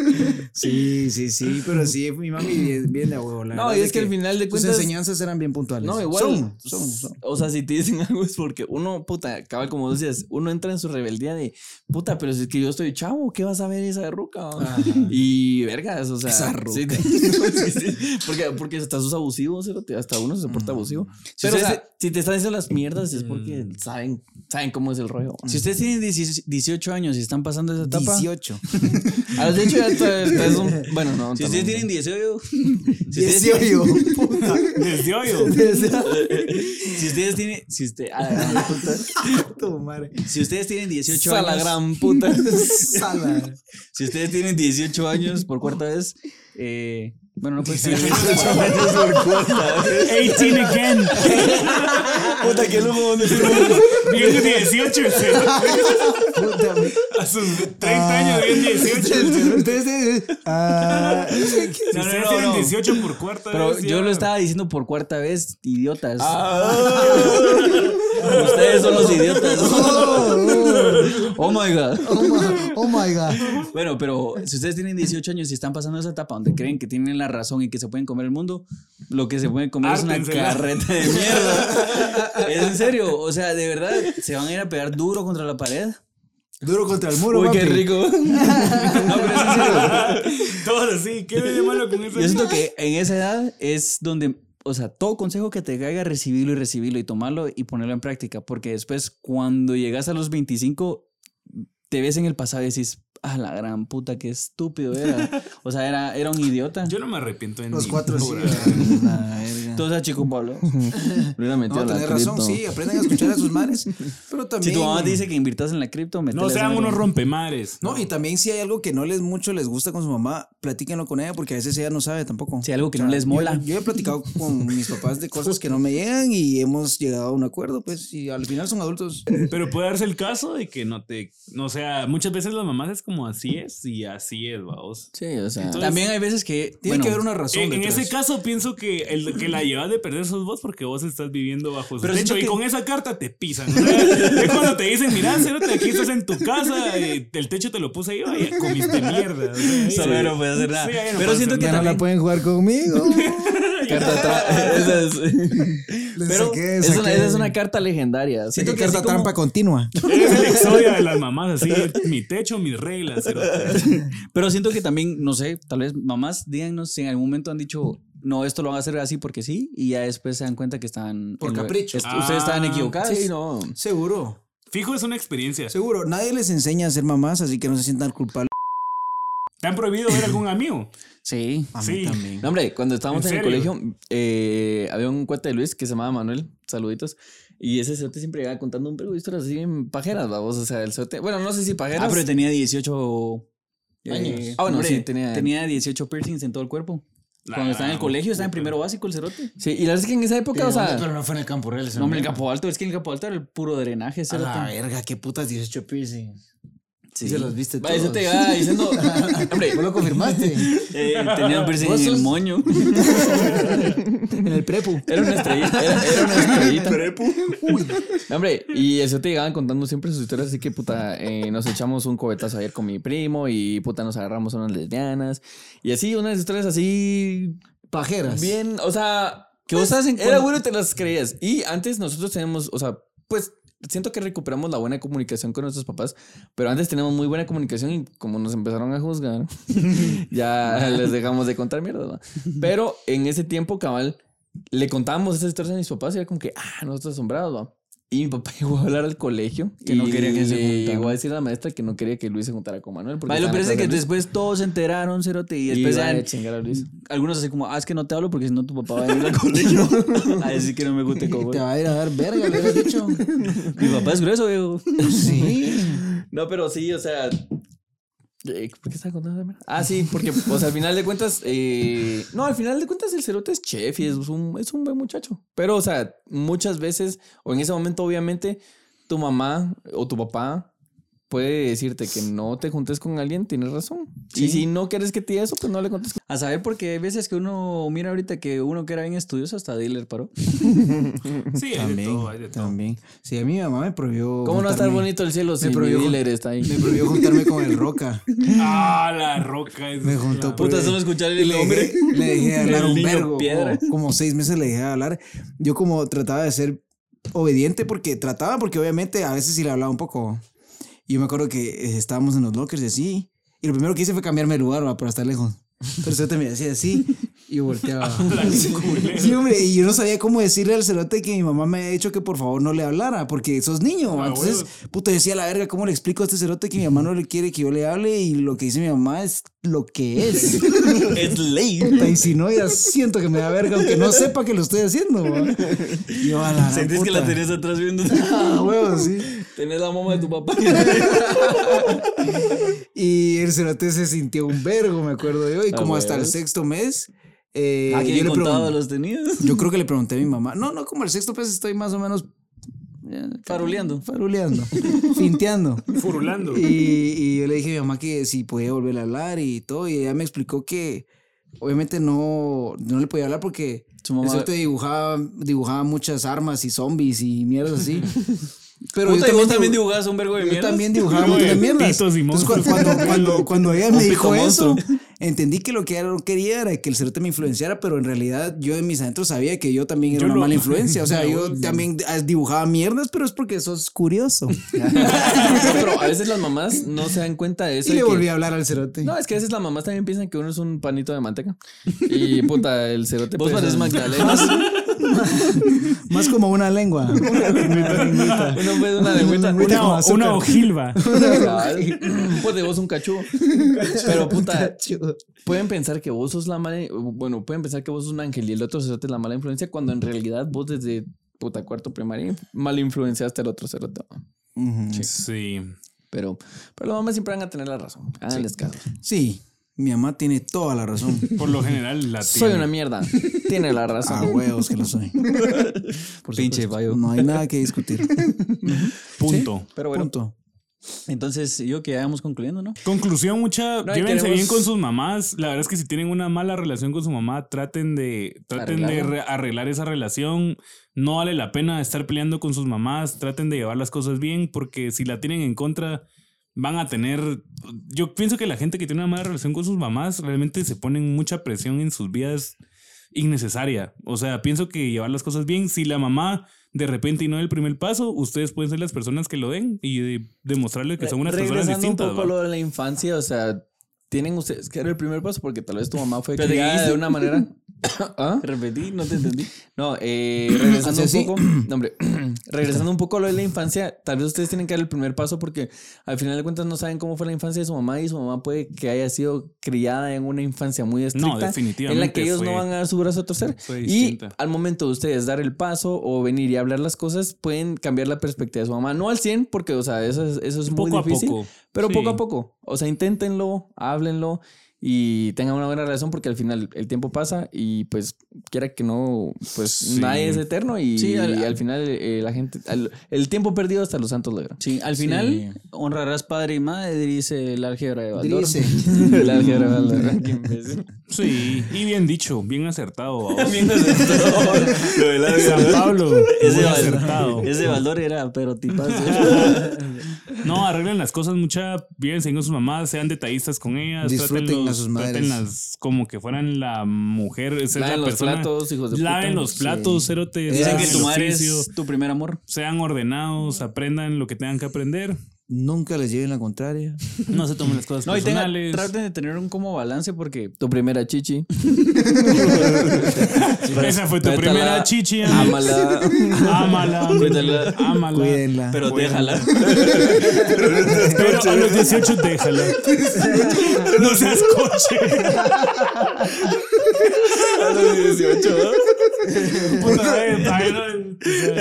Speaker 2: Sí, sí, sí, pero sí, mi mami bien, bien de a huevo. la
Speaker 1: No,
Speaker 2: verdad
Speaker 1: y
Speaker 2: de
Speaker 1: es que al final de
Speaker 2: tus
Speaker 1: cuentas-
Speaker 2: enseñanzas eran bien puntuales.
Speaker 1: No, igual. pues,
Speaker 2: Son, son, son.
Speaker 1: O sea, si te dicen algo es porque uno, puta, cabal, como decías, uno entra en su rebeldía de, puta, pero si es que yo estoy chavo, ¿qué vas a ver esa ruca? va?" Y vergas, o sea.
Speaker 2: Esa ruca.
Speaker 1: sí, te- (laughs) sí, sí, porque, porque hasta sos abusivo, cerote, hasta uno se porta abusivo. Pero,
Speaker 4: o sea,
Speaker 1: Mm. si, Mm. si te están diciendo las mierdas es porque saben, saben cómo es el rollo. Si ustedes tienen 10 18 años y están pasando esa etapa. (laughs)
Speaker 2: 18.
Speaker 1: A los 18 Ah, ya está- está- es un- Bueno, no.
Speaker 4: Si
Speaker 1: también.
Speaker 4: ustedes tienen 18,
Speaker 1: (laughs) Si ustedes tienen-
Speaker 2: (laughs) puta. (laughs)
Speaker 3: Desde hoyo.
Speaker 1: Si ustedes tienen. Si usted- a la gran (laughs) puta.
Speaker 2: Tu madre.
Speaker 4: si ustedes tienen 18
Speaker 1: A la
Speaker 4: años,
Speaker 1: gran puta.
Speaker 2: Sala.
Speaker 4: si ustedes tienen 18 años por
Speaker 3: (laughs)
Speaker 4: cuarta vez, eh, bueno,
Speaker 3: Pues
Speaker 4: no puede ser.
Speaker 2: (laughs)
Speaker 3: 18 again.
Speaker 1: Puta, qué lujo donde
Speaker 3: Bien 18. sí.
Speaker 2: Puta.
Speaker 3: A sus 30 años, bien 18.
Speaker 2: Ah. Entonces, ah,
Speaker 3: Si
Speaker 1: No, no,
Speaker 3: ustedes
Speaker 1: no,
Speaker 3: tienen
Speaker 1: no.
Speaker 3: 18 por cuarta
Speaker 1: Pero
Speaker 3: vez,
Speaker 1: yo
Speaker 3: ya-
Speaker 1: lo estaba diciendo por cuarta vez, idiotas.
Speaker 3: Ah.
Speaker 2: Ah.
Speaker 1: Ustedes son los
Speaker 3: (laughs)
Speaker 1: idiotas. Oh my god.
Speaker 2: oh, my, oh my god.
Speaker 1: Bueno, pero si ustedes tienen 18 años y están pasando esa etapa donde creen que tienen la razón y que se pueden comer el mundo, lo que se pueden comer es una
Speaker 3: Ártensela.
Speaker 1: carreta de mierda. es en serio, o sea, de verdad, se van a ir a pegar duro contra la pared.
Speaker 2: Duro contra el muro. papi.
Speaker 1: No, pero es en serio.
Speaker 3: Todos así. ¿Qué le malo con eso?
Speaker 1: Yo siento que en esa edad es donde, o sea, todo consejo que te caiga, recibirlo y recibirlo y tomarlo y ponerlo en práctica, porque después cuando llegas a los 25, te ves en el pasado y decís, ah, la gran puta, qué estúpido era. O sea, era, era un idiota.
Speaker 3: Yo no me arrepiento en
Speaker 2: Los
Speaker 3: mi
Speaker 2: cuatro sí.
Speaker 3: pura-
Speaker 2: La verga.
Speaker 1: Entonces, chico Pablo,
Speaker 4: Hubiera metido
Speaker 2: No,
Speaker 4: la
Speaker 2: tenés razón,
Speaker 4: cripto.
Speaker 2: sí, aprenden a escuchar a sus
Speaker 3: (laughs)
Speaker 2: madres. Pero también.
Speaker 1: si tu mamá te dice que invirtas en la cripto,
Speaker 3: No
Speaker 1: métele
Speaker 3: sean
Speaker 1: esa
Speaker 3: unos
Speaker 1: verga.
Speaker 3: rompemares.
Speaker 2: No, y también si hay algo que no les mucho les gusta con su mamá, platíquenlo con ella porque a veces ella no sabe tampoco.
Speaker 1: Si hay algo que no les
Speaker 2: yo-
Speaker 1: mola.
Speaker 2: Yo, he platicado con mis papás de cosas que no me llegan y hemos llegado a un acuerdo, pues, y al final son adultos.
Speaker 3: Pero puede darse el caso de que no te. O sea, muchas veces las mamás es como así es y así es, vamos.
Speaker 4: Sí, o sea.
Speaker 1: También hay veces que
Speaker 2: Tiene
Speaker 1: bueno,
Speaker 2: que haber
Speaker 4: (laughs)
Speaker 2: una razón.
Speaker 3: En, en
Speaker 2: detrás.
Speaker 3: ese caso pienso que el que la llevas de perder sos vos porque vos estás viviendo bajo su
Speaker 1: Pero
Speaker 3: techo
Speaker 1: siento
Speaker 3: y
Speaker 1: que-
Speaker 3: con esa carta te pisan. o sea, (laughs) es cuando te dicen, mirá, cérate, aquí estás en tu casa, eh, el techo te lo puse yo y comiste mierda. o sea,
Speaker 1: Solo ya
Speaker 3: ahí-
Speaker 1: no puede hacer nada.
Speaker 3: ahí no
Speaker 1: Pero
Speaker 3: puedes
Speaker 1: siento
Speaker 3: hacer
Speaker 1: que
Speaker 2: (laughs) Ya no
Speaker 1: (laughs)
Speaker 3: nada.
Speaker 2: la pueden jugar conmigo.
Speaker 4: Carta atrás. Esa es-
Speaker 2: Les
Speaker 1: Pero
Speaker 2: saqué-
Speaker 1: es una,
Speaker 2: saqué-
Speaker 1: esa es una carta legendaria.
Speaker 2: Siento
Speaker 1: Saqué
Speaker 2: que
Speaker 1: así
Speaker 2: carta
Speaker 1: como-
Speaker 2: trampa continua.
Speaker 3: Es el exodio de las mamás, así, mi techo, mis reglas. pero-
Speaker 1: Pero siento que también, no sé, tal vez mamás díganos si en algún momento han dicho, no, esto lo van a hacer así porque sí, y ya después se dan cuenta que están...
Speaker 2: Por
Speaker 1: en lo- e-,
Speaker 2: capricho.
Speaker 1: est- Ustedes estaban
Speaker 3: Ah,
Speaker 1: equivocados.
Speaker 4: Sí, no.
Speaker 2: (laughs) Seguro.
Speaker 3: Fijo, es una experiencia.
Speaker 2: Seguro, nadie les enseña a ser mamás, así que no se sientan culpables.
Speaker 3: ¿Te han prohibido ver algún amigo?
Speaker 1: Sí. Ah,
Speaker 2: A
Speaker 3: Sí.
Speaker 2: mí también.
Speaker 4: No, hombre, cuando estábamos
Speaker 3: ¿En
Speaker 4: en, el
Speaker 3: serio?
Speaker 4: colegio, eh, había un cuate de Luis que se llamaba Manuel, saluditos, y ese cerote siempre iba contando un de historias así en pajeras, babos, o sea, el cerote, bueno, no sé si pajeras.
Speaker 1: Ah, pero tenía eh, 18
Speaker 4: Años. Ah, bueno, sí, tenía-
Speaker 1: 18 piercings en todo el cuerpo.
Speaker 3: La
Speaker 1: Cuando estaba en el
Speaker 3: gran
Speaker 1: colegio, estaba en
Speaker 3: puta.
Speaker 1: primero básico el cerote.
Speaker 4: Sí, y la verdad es que en esa época, o sea,
Speaker 2: pero no fue en el campo real.
Speaker 1: No, hombre, el capo alto, es que el capo alto era el puro drenaje,
Speaker 2: A la
Speaker 1: cerote.
Speaker 2: verga, qué putas 18 piercings.
Speaker 1: Sí.
Speaker 2: Se los viste
Speaker 4: va, ese
Speaker 2: todos.
Speaker 4: te va diciendo,
Speaker 2: (laughs)
Speaker 4: hombre,
Speaker 2: Vos lo confirmaste.
Speaker 1: Eh, tenía un piercing
Speaker 2: ¿Vos
Speaker 1: en el
Speaker 2: sos- (laughs)
Speaker 1: moño.
Speaker 2: en el prepu.
Speaker 4: era una estrellita, era, era una estrellita. No, Hombre, y eso te llegaban contando siempre sus historias, así que puta, eh, nos echamos un cobetazo ayer con mi primo y puta nos agarramos a unas lesbianas y así, unas historias así
Speaker 2: Pajeras.
Speaker 4: Bien, o sea, que vos estás en Era bueno y te las creías. Y antes nosotros tenemos, o sea, pues siento que recuperamos la buena comunicación con nuestros papás, pero antes teníamos muy buena comunicación y como nos empezaron a juzgar, (laughs)
Speaker 1: (laughs)
Speaker 4: ya les dejamos de contar mierda. ¿no? Pero en ese tiempo, cabal, le contábamos esas historias a mis papás y era como que, ah, nosotros asombrados, ¿va? Y mi papá (laughs) llegó a hablar al colegio
Speaker 1: Que no
Speaker 4: y
Speaker 1: quería que se
Speaker 4: le
Speaker 1: juntaran.
Speaker 4: Llegó a decir a la maestra que no quería que Luis se juntara con Manuel. Porque
Speaker 1: Vale, lo peor
Speaker 4: estaban
Speaker 1: es de que
Speaker 4: atrás de Luis.
Speaker 1: después todos se enteraron, cerote, y
Speaker 4: Y
Speaker 1: después
Speaker 4: iba a
Speaker 1: eran-
Speaker 4: chingar a Luis.
Speaker 1: algunos así como, ah, es que no te hablo porque si no tu papá va a venir al (laughs) colegio a decir que no me guste como.
Speaker 2: Te va a ir a dar verga, le habías dicho.
Speaker 1: Mi papá es grueso, viejo.
Speaker 2: (laughs) Sí.
Speaker 4: No, pero sí, o sea. eh, ¿Por qué estaba contando esa mierda? Ah, sí, porque, o sea, al final de cuentas. eh, no, al final de cuentas, el cerote es chef y es un, es un buen muchacho. Pero, o sea, muchas veces, o en ese momento, obviamente, tu mamá o tu papá puede decirte que no te juntes con alguien, tienes razón. Y
Speaker 1: Sí.
Speaker 4: si no quieres que te diga eso, pues no le contes. con-
Speaker 1: A saber, porque hay veces que uno mira ahorita que uno que era bien estudioso hasta dealer
Speaker 2: (laughs)
Speaker 1: paró.
Speaker 3: Sí, hay de todo, hay de
Speaker 2: También,
Speaker 3: todo.
Speaker 2: también. Sí, a mi mamá me prohibió.
Speaker 4: ¿Cómo no va a estar
Speaker 2: juntarme-
Speaker 4: bonito el cielo si mi
Speaker 2: prohibió con-
Speaker 4: dealer está ahí?
Speaker 2: Me prohibió juntarme con el Roca.
Speaker 3: Ah, la roca. Es
Speaker 2: Me juntó
Speaker 3: la-
Speaker 2: por-
Speaker 1: Puta, solo escuchar el
Speaker 2: Le dejé,
Speaker 1: nombre.
Speaker 2: le dejé de hablar
Speaker 1: El
Speaker 2: un
Speaker 1: niño
Speaker 2: vergo.
Speaker 1: piedra.
Speaker 2: Como, como seis meses le dejé de hablar. Yo como trataba de ser obediente porque trataba, porque obviamente a veces sí le hablaba un poco. Y yo me acuerdo que eh, estábamos en los lockers y así. Y lo primero que hice fue cambiarme de lugar va, para estar lejos. Pero suerte me decía así y yo volteaba.
Speaker 1: (laughs)
Speaker 2: Sí, hombre, y yo no sabía cómo decirle al cerote que mi mamá me había dicho que por favor no le hablara, porque sos niño.
Speaker 3: Ah,
Speaker 2: Entonces, puta, yo decía la verga, ¿cómo le explico a este cerote que mi mamá no le quiere que yo le hable? Y lo que dice mi mamá es lo que
Speaker 1: (laughs)
Speaker 2: es.
Speaker 1: Es ley.
Speaker 2: Puta, y si no, ya siento que me da verga, aunque no sepa que lo estoy haciendo. ¿va? Yo a la gran
Speaker 1: Sentís que la
Speaker 2: Ah, puta.
Speaker 1: tenés atrás viendo.
Speaker 2: Ah, huevo, sí.
Speaker 4: Tenés la mamá de
Speaker 2: (laughs)
Speaker 4: tu papá.
Speaker 2: Y el cerote se sintió un vergo, me acuerdo yo. Y
Speaker 1: Ah,
Speaker 2: como hasta el sexto mes, eh,
Speaker 1: ¿A
Speaker 2: yo,
Speaker 1: quién
Speaker 2: le
Speaker 1: Ah, contado
Speaker 2: pregun-
Speaker 1: los tenías?
Speaker 2: yo creo que le pregunté a mi mamá. No, no, como el sexto mes estoy más o menos eh,
Speaker 1: Faroleando.
Speaker 2: faruleando,
Speaker 1: (laughs)
Speaker 2: finteando.
Speaker 3: Furulando.
Speaker 2: Y, y yo le dije a mi mamá que si podía volver a hablar y todo. Y ella me explicó que obviamente no, no le podía hablar porque
Speaker 1: Su mamá-
Speaker 2: eso te dibujaba, dibujaba muchas armas y zombies y
Speaker 1: (laughs)
Speaker 2: mierdas así. Pero
Speaker 1: Puta, y vos también
Speaker 2: dibu-
Speaker 1: dibujabas un vergo de
Speaker 2: yo
Speaker 1: mierda.
Speaker 2: también dibujaba un montón de
Speaker 3: Pitos y
Speaker 2: mierdas. Entonces, cu-
Speaker 3: monstruos.
Speaker 2: cuando, cuando, cuando ella me
Speaker 1: pico
Speaker 2: dijo eso, entendí que lo que ella no quería era que el cerote me influenciara, pero en realidad yo en mis adentros sabía que yo también era
Speaker 3: Yo
Speaker 2: una
Speaker 3: lo-
Speaker 2: mala influencia. O sea,
Speaker 4: (laughs)
Speaker 3: Yo-
Speaker 2: yo también ah, dibujaba mierdas, pero es porque sos
Speaker 4: (laughs)
Speaker 2: curioso.
Speaker 4: pero a veces las mamás no se dan cuenta de eso.
Speaker 2: y le
Speaker 4: de que-
Speaker 2: volví a hablar al cerote.
Speaker 4: No, es que a veces las mamás también piensan que uno es un panito de manteca. Y puta, el cerote.
Speaker 1: Vos
Speaker 4: pues,
Speaker 1: pareces
Speaker 4: es-
Speaker 1: Magdalena.
Speaker 2: Más como una lengua.
Speaker 4: (laughs) Uno pues una de vuelta.
Speaker 2: Una-
Speaker 3: Una,
Speaker 2: azúcar.
Speaker 3: una ojilva.
Speaker 4: (laughs) Pues de vos un cachudo. Pero puta, pueden pensar que vos sos la mala. Bueno, pueden pensar que vos sos un ángel y el otro cerote es la mala influencia, cuando en realidad vos desde puta cuarto primaria mal influenciaste al otro cerote.
Speaker 3: Sí.
Speaker 4: Pero, pero las mamás siempre van a tener la razón. Háganles caso.
Speaker 2: Sí, mi mamá tiene toda la
Speaker 4: (laughs)
Speaker 2: razón.
Speaker 3: Por lo general, la
Speaker 4: Soy
Speaker 3: tiene.
Speaker 4: una mierda. Tiene la
Speaker 2: A
Speaker 4: razón.
Speaker 2: huevos que lo soy.
Speaker 1: Pinche vayo.
Speaker 2: No hay nada que discutir.
Speaker 3: Punto.
Speaker 4: Pero bueno.
Speaker 2: Punto.
Speaker 1: Entonces, yo que ya vamos concluyendo, ¿no?
Speaker 3: Conclusión, mucha.
Speaker 4: No, y
Speaker 3: llévense
Speaker 4: queremos-
Speaker 3: bien con sus mamás. La verdad es que si tienen una mala relación con su mamá, traten de traten de
Speaker 4: Arreglarla.
Speaker 3: re- arreglar esa relación. No vale la pena estar peleando con sus mamás. Traten de llevar las cosas bien, porque si la tienen en contra, van a tener. Yo pienso que la gente que tiene una mala relación con sus mamás realmente se ponen mucha presión en sus vidas innecesaria. O sea, pienso que llevar las cosas bien, si la mamá de repente y no da el primer paso, ustedes pueden ser las personas que lo den y de- demostrarle que son unas personas
Speaker 4: Regresando un
Speaker 3: distintas.
Speaker 4: poco a
Speaker 3: ¿va?
Speaker 4: lo de la infancia, o sea, tienen ustedes que dar el primer paso porque tal vez tu mamá fue
Speaker 1: Pero
Speaker 4: criada
Speaker 1: dijiste-
Speaker 4: de una manera. ¿Ah?
Speaker 1: Repetí, no te entendí.
Speaker 4: No,
Speaker 3: (clears throat)
Speaker 4: eh, regresando
Speaker 2: Así, así.
Speaker 4: un poco, no, hombre, (clears throat) regresando un poco a lo de la infancia, tal vez ustedes tienen que dar el primer paso porque al final de cuentas no saben cómo fue la infancia de su mamá y su mamá puede que haya sido criada en una infancia muy estricta.
Speaker 3: No, definitivamente.
Speaker 4: En la que ellos
Speaker 3: fue-
Speaker 4: no van a dar su brazo a torcer.
Speaker 3: fue
Speaker 4: Y
Speaker 3: distinta.
Speaker 4: al momento de ustedes dar el paso o venir y hablar las cosas, pueden cambiar la perspectiva de su mamá. No al 100, porque, o sea, eso es, eso es muy
Speaker 3: poco
Speaker 4: difícil.
Speaker 3: a poco.
Speaker 4: Pero
Speaker 3: Sí.
Speaker 4: poco a poco. O sea, inténtenlo, háblenlo y tengan una buena relación porque al final el tiempo pasa y pues quiera que no, pues
Speaker 3: Sí.
Speaker 4: nadie es eterno y,
Speaker 1: Sí, al-
Speaker 4: y al final eh, la gente, al- el tiempo perdido hasta los santos logra.
Speaker 1: Sí, al final honrarás padre y madre, dice el álgebra de Baldor. (laughs)
Speaker 2: Dice.
Speaker 4: El álgebra de Baldor.
Speaker 3: Sí, y bien dicho, bien acertado. ¿va?
Speaker 5: Lo de la
Speaker 3: San Pablo,
Speaker 1: Ese
Speaker 3: muy acertado.
Speaker 1: Baldor, ese Baldor era, pero tipazo.
Speaker 3: No, arreglen las cosas mucha, Vívense con sus mamás, sean detallistas con ellas,
Speaker 2: Disfruten
Speaker 3: trátenlos-
Speaker 2: a sus madres.
Speaker 3: trátenlas como que fueran la mujer, esa es
Speaker 4: Laven
Speaker 3: la
Speaker 4: los
Speaker 3: persona.
Speaker 4: platos, hijos de
Speaker 3: Laven
Speaker 4: puta.
Speaker 3: los platos,
Speaker 4: Sí.
Speaker 3: cerote.
Speaker 1: Dicen
Speaker 3: laven
Speaker 1: que
Speaker 3: el
Speaker 1: tu madre
Speaker 3: oficio,
Speaker 1: es tu primer amor.
Speaker 3: Sean ordenados, aprendan lo que tengan que aprender.
Speaker 2: Nunca les lleven la contraria.
Speaker 3: (laughs)
Speaker 2: (laughs)
Speaker 3: No se tomen las cosas
Speaker 1: No, y tenga-
Speaker 3: personales.
Speaker 1: traten de tener un como balance porque
Speaker 4: Tu primera chichi.
Speaker 3: (laughs) esa fue tu
Speaker 4: Respétala,
Speaker 3: primera chichi. Ámala.
Speaker 4: Ámala.
Speaker 3: Ámala.
Speaker 1: Cuídala.
Speaker 3: Ámala.
Speaker 2: Cuídenla.
Speaker 1: pero déjala.
Speaker 3: (laughs) Pero a los 18 déjala. No seas coche.
Speaker 5: A los 18.
Speaker 3: Puta, eh, ay, no,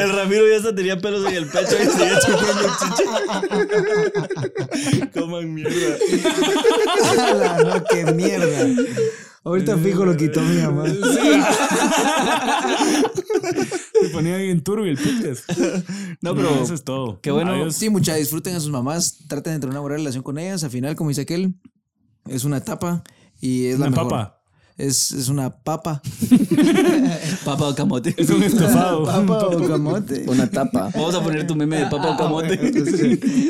Speaker 1: El Ramiro ya hasta tenía pelos en el pecho y seguía chupando
Speaker 5: Coman mierda.
Speaker 2: ¡Hala! no, qué mierda. Ahorita fijo lo quitó mi mamá.
Speaker 3: Se ponía bien turbio el podcast. No, pero eso es todo.
Speaker 4: qué bueno.
Speaker 3: Adiós.
Speaker 2: Sí, muchachos, disfruten a sus mamás, traten de tener una buena relación con ellas. Al final, como dice aquel, es una etapa y es la
Speaker 3: Una
Speaker 2: mejor.
Speaker 3: papa.
Speaker 2: Es, es una papa.
Speaker 1: (laughs) Papa o camote.
Speaker 3: Es un estofado.
Speaker 2: Papa o camote.
Speaker 4: Una
Speaker 1: (laughs)
Speaker 4: tapa.
Speaker 1: Vamos a poner tu meme de papa o camote. (laughs)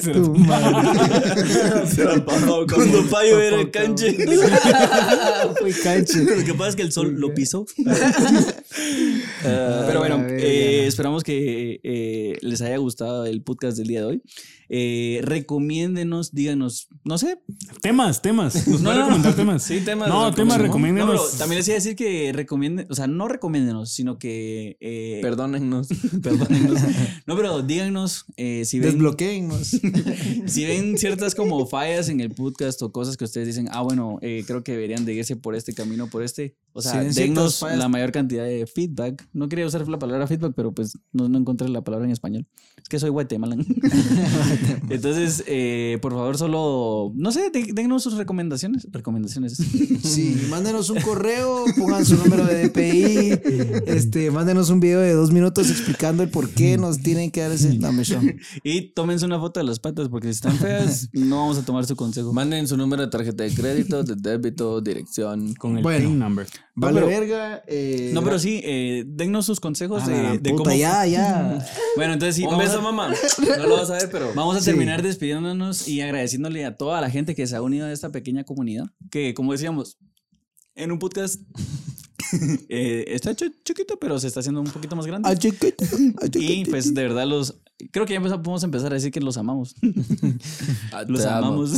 Speaker 2: Tu madre.
Speaker 1: Cuando Payo era el canche. (laughs)
Speaker 2: Fue canche.
Speaker 1: Lo que pasa es que el sol lo (laughs) pisó. Ah, Pero bueno,
Speaker 2: verga.
Speaker 1: eh, esperamos que eh, les haya gustado el podcast del día de hoy. Eh, recomiéndenos, díganos, no sé. pues
Speaker 3: Temas, temas. Nos pueden
Speaker 1: no,
Speaker 3: Pues recomendar temas.
Speaker 1: Sí, temas.
Speaker 3: No, temas, recomiéndenos.
Speaker 1: No, pero también les iba a decir que recomienden, o sea, no recomiéndenos, sino que. eh,
Speaker 4: Perdónennos.
Speaker 1: perdónennos. (laughs) No, pero díganos eh, si ven (laughs)
Speaker 2: Desbloqueennos.
Speaker 1: si ven ciertas como fallas en el podcast o cosas que ustedes dicen, ah, bueno, eh, creo que deberían de irse por este camino, por este. O
Speaker 2: Si
Speaker 1: sea,
Speaker 2: ven ciertas
Speaker 1: dennos
Speaker 2: fallas-
Speaker 1: la mayor cantidad de feedback. No quería usar la palabra feedback, pero pues no, no encontré la palabra en español. Es que soy
Speaker 2: (laughs)
Speaker 1: guatemalan. (laughs) Entonces, eh, por favor, solo, no sé, de- dennos sus recomendaciones. Recomendaciones.
Speaker 2: Sí, mándenos un correo, pongan su número de DPI, este, mándenos un video de dos minutos explicando el por qué nos tienen que dar ese no, me show.
Speaker 1: (laughs) Y tómense una foto de las patas, porque si están feas, no vamos a tomar su consejo.
Speaker 4: Manden su número de tarjeta de crédito, de débito, dirección.
Speaker 3: Con el
Speaker 2: Bueno.
Speaker 3: PIN number.
Speaker 2: Vale
Speaker 1: pero-
Speaker 2: verga. eh,
Speaker 1: No, pero sí, eh, dennos sus consejos
Speaker 2: a la
Speaker 1: de,
Speaker 2: gran
Speaker 1: de
Speaker 2: puta,
Speaker 1: cómo. (laughs)
Speaker 2: ya, ya.
Speaker 1: Bueno, entonces sí,
Speaker 4: Un
Speaker 1: vamos
Speaker 4: beso,
Speaker 1: a-
Speaker 4: mamá. No lo vas a ver, pero.
Speaker 1: Vamos a terminar despidiéndonos y agradeciéndole a toda la gente que se ha unido a esta pequeña comunidad, que como decíamos, en un podcast (laughs) eh, está chu- chiquito, pero se está haciendo un poquito más grande.
Speaker 2: A chiquito, a
Speaker 1: Y
Speaker 2: chiquito.
Speaker 1: pues de verdad los... Creo que ya empezamos- podemos empezar a decir que los
Speaker 3: (laughs)
Speaker 1: amamos.
Speaker 4: Ah, te
Speaker 1: Los
Speaker 4: amo.
Speaker 1: amamos.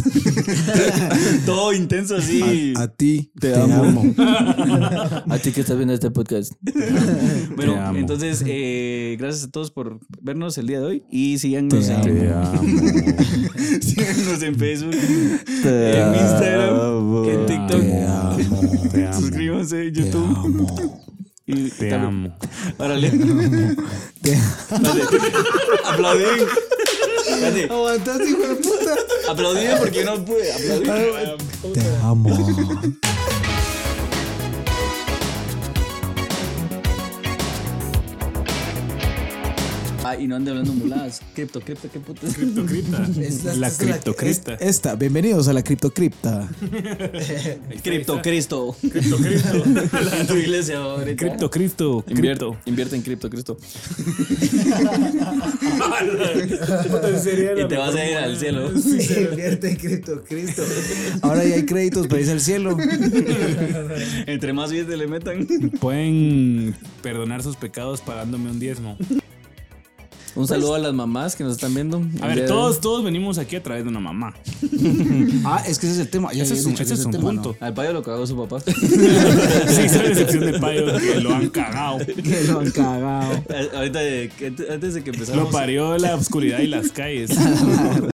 Speaker 1: Todo intenso así.
Speaker 2: A, a ti te,
Speaker 4: amo.
Speaker 2: amo.
Speaker 4: A ti que estás viendo este podcast.
Speaker 3: Te
Speaker 1: Bueno,
Speaker 3: amo.
Speaker 1: entonces, eh, gracias a todos por vernos el día de hoy y síganos, en, (laughs) síganos en Facebook, en Instagram, en TikTok.
Speaker 3: Te amo.
Speaker 1: Suscríbanse en YouTube. (laughs) Y
Speaker 3: Te
Speaker 1: tal-
Speaker 3: amo. (laughs)
Speaker 1: Órale.
Speaker 2: (laughs) Te-
Speaker 1: Dale. Aplaudí. Espérate,
Speaker 2: Aguantaste, hijo de puta.
Speaker 1: Aplaudí porque yo no pude. Aplaudí.
Speaker 2: Te amo.
Speaker 4: Ay,
Speaker 1: Ajá, Ah, y no anden hablando muladas. Cripto, cripto, qué putas.
Speaker 3: Criptocripta.
Speaker 2: (laughs)
Speaker 3: la
Speaker 2: esta es
Speaker 3: criptocripta.
Speaker 2: es- Esta, bienvenidos a la (laughs) criptocripta.
Speaker 1: (laughs) Cripto, Cristo. (laughs) La tu iglesia ahorita. (laughs)
Speaker 3: Cripto, cripto,
Speaker 4: Invierte,
Speaker 3: cripto.
Speaker 4: invierte en cripto, Cristo.
Speaker 1: Y te vas a ir al cielo.
Speaker 2: Invierte en cripto, Cristo. Ahora ya hay créditos para irse al cielo.
Speaker 1: Entre más bien te le metan.
Speaker 3: Pueden perdonar sus pecados pagándome un diezmo.
Speaker 4: Un saludo a las mamás que nos están viendo.
Speaker 3: Pues, A
Speaker 4: El día
Speaker 3: ver,
Speaker 4: de
Speaker 3: todos, todos venimos aquí a través de una mamá.
Speaker 2: Ah, es que ese es el tema. Ya
Speaker 3: Ese
Speaker 2: había
Speaker 3: es un,
Speaker 2: dicho que
Speaker 3: ese es un
Speaker 2: tema, ¿no?
Speaker 3: punto.
Speaker 4: hoy. Al payo lo cagó su
Speaker 1: (laughs)
Speaker 4: papá.
Speaker 3: (laughs) Sí, soy la excepción de Payo que lo han
Speaker 2: (laughs)
Speaker 3: cagado.
Speaker 2: Que lo han cagado.
Speaker 1: A- Ahorita, eh, que- antes de que empezáramos.
Speaker 3: Lo parió la oscuridad y las calles.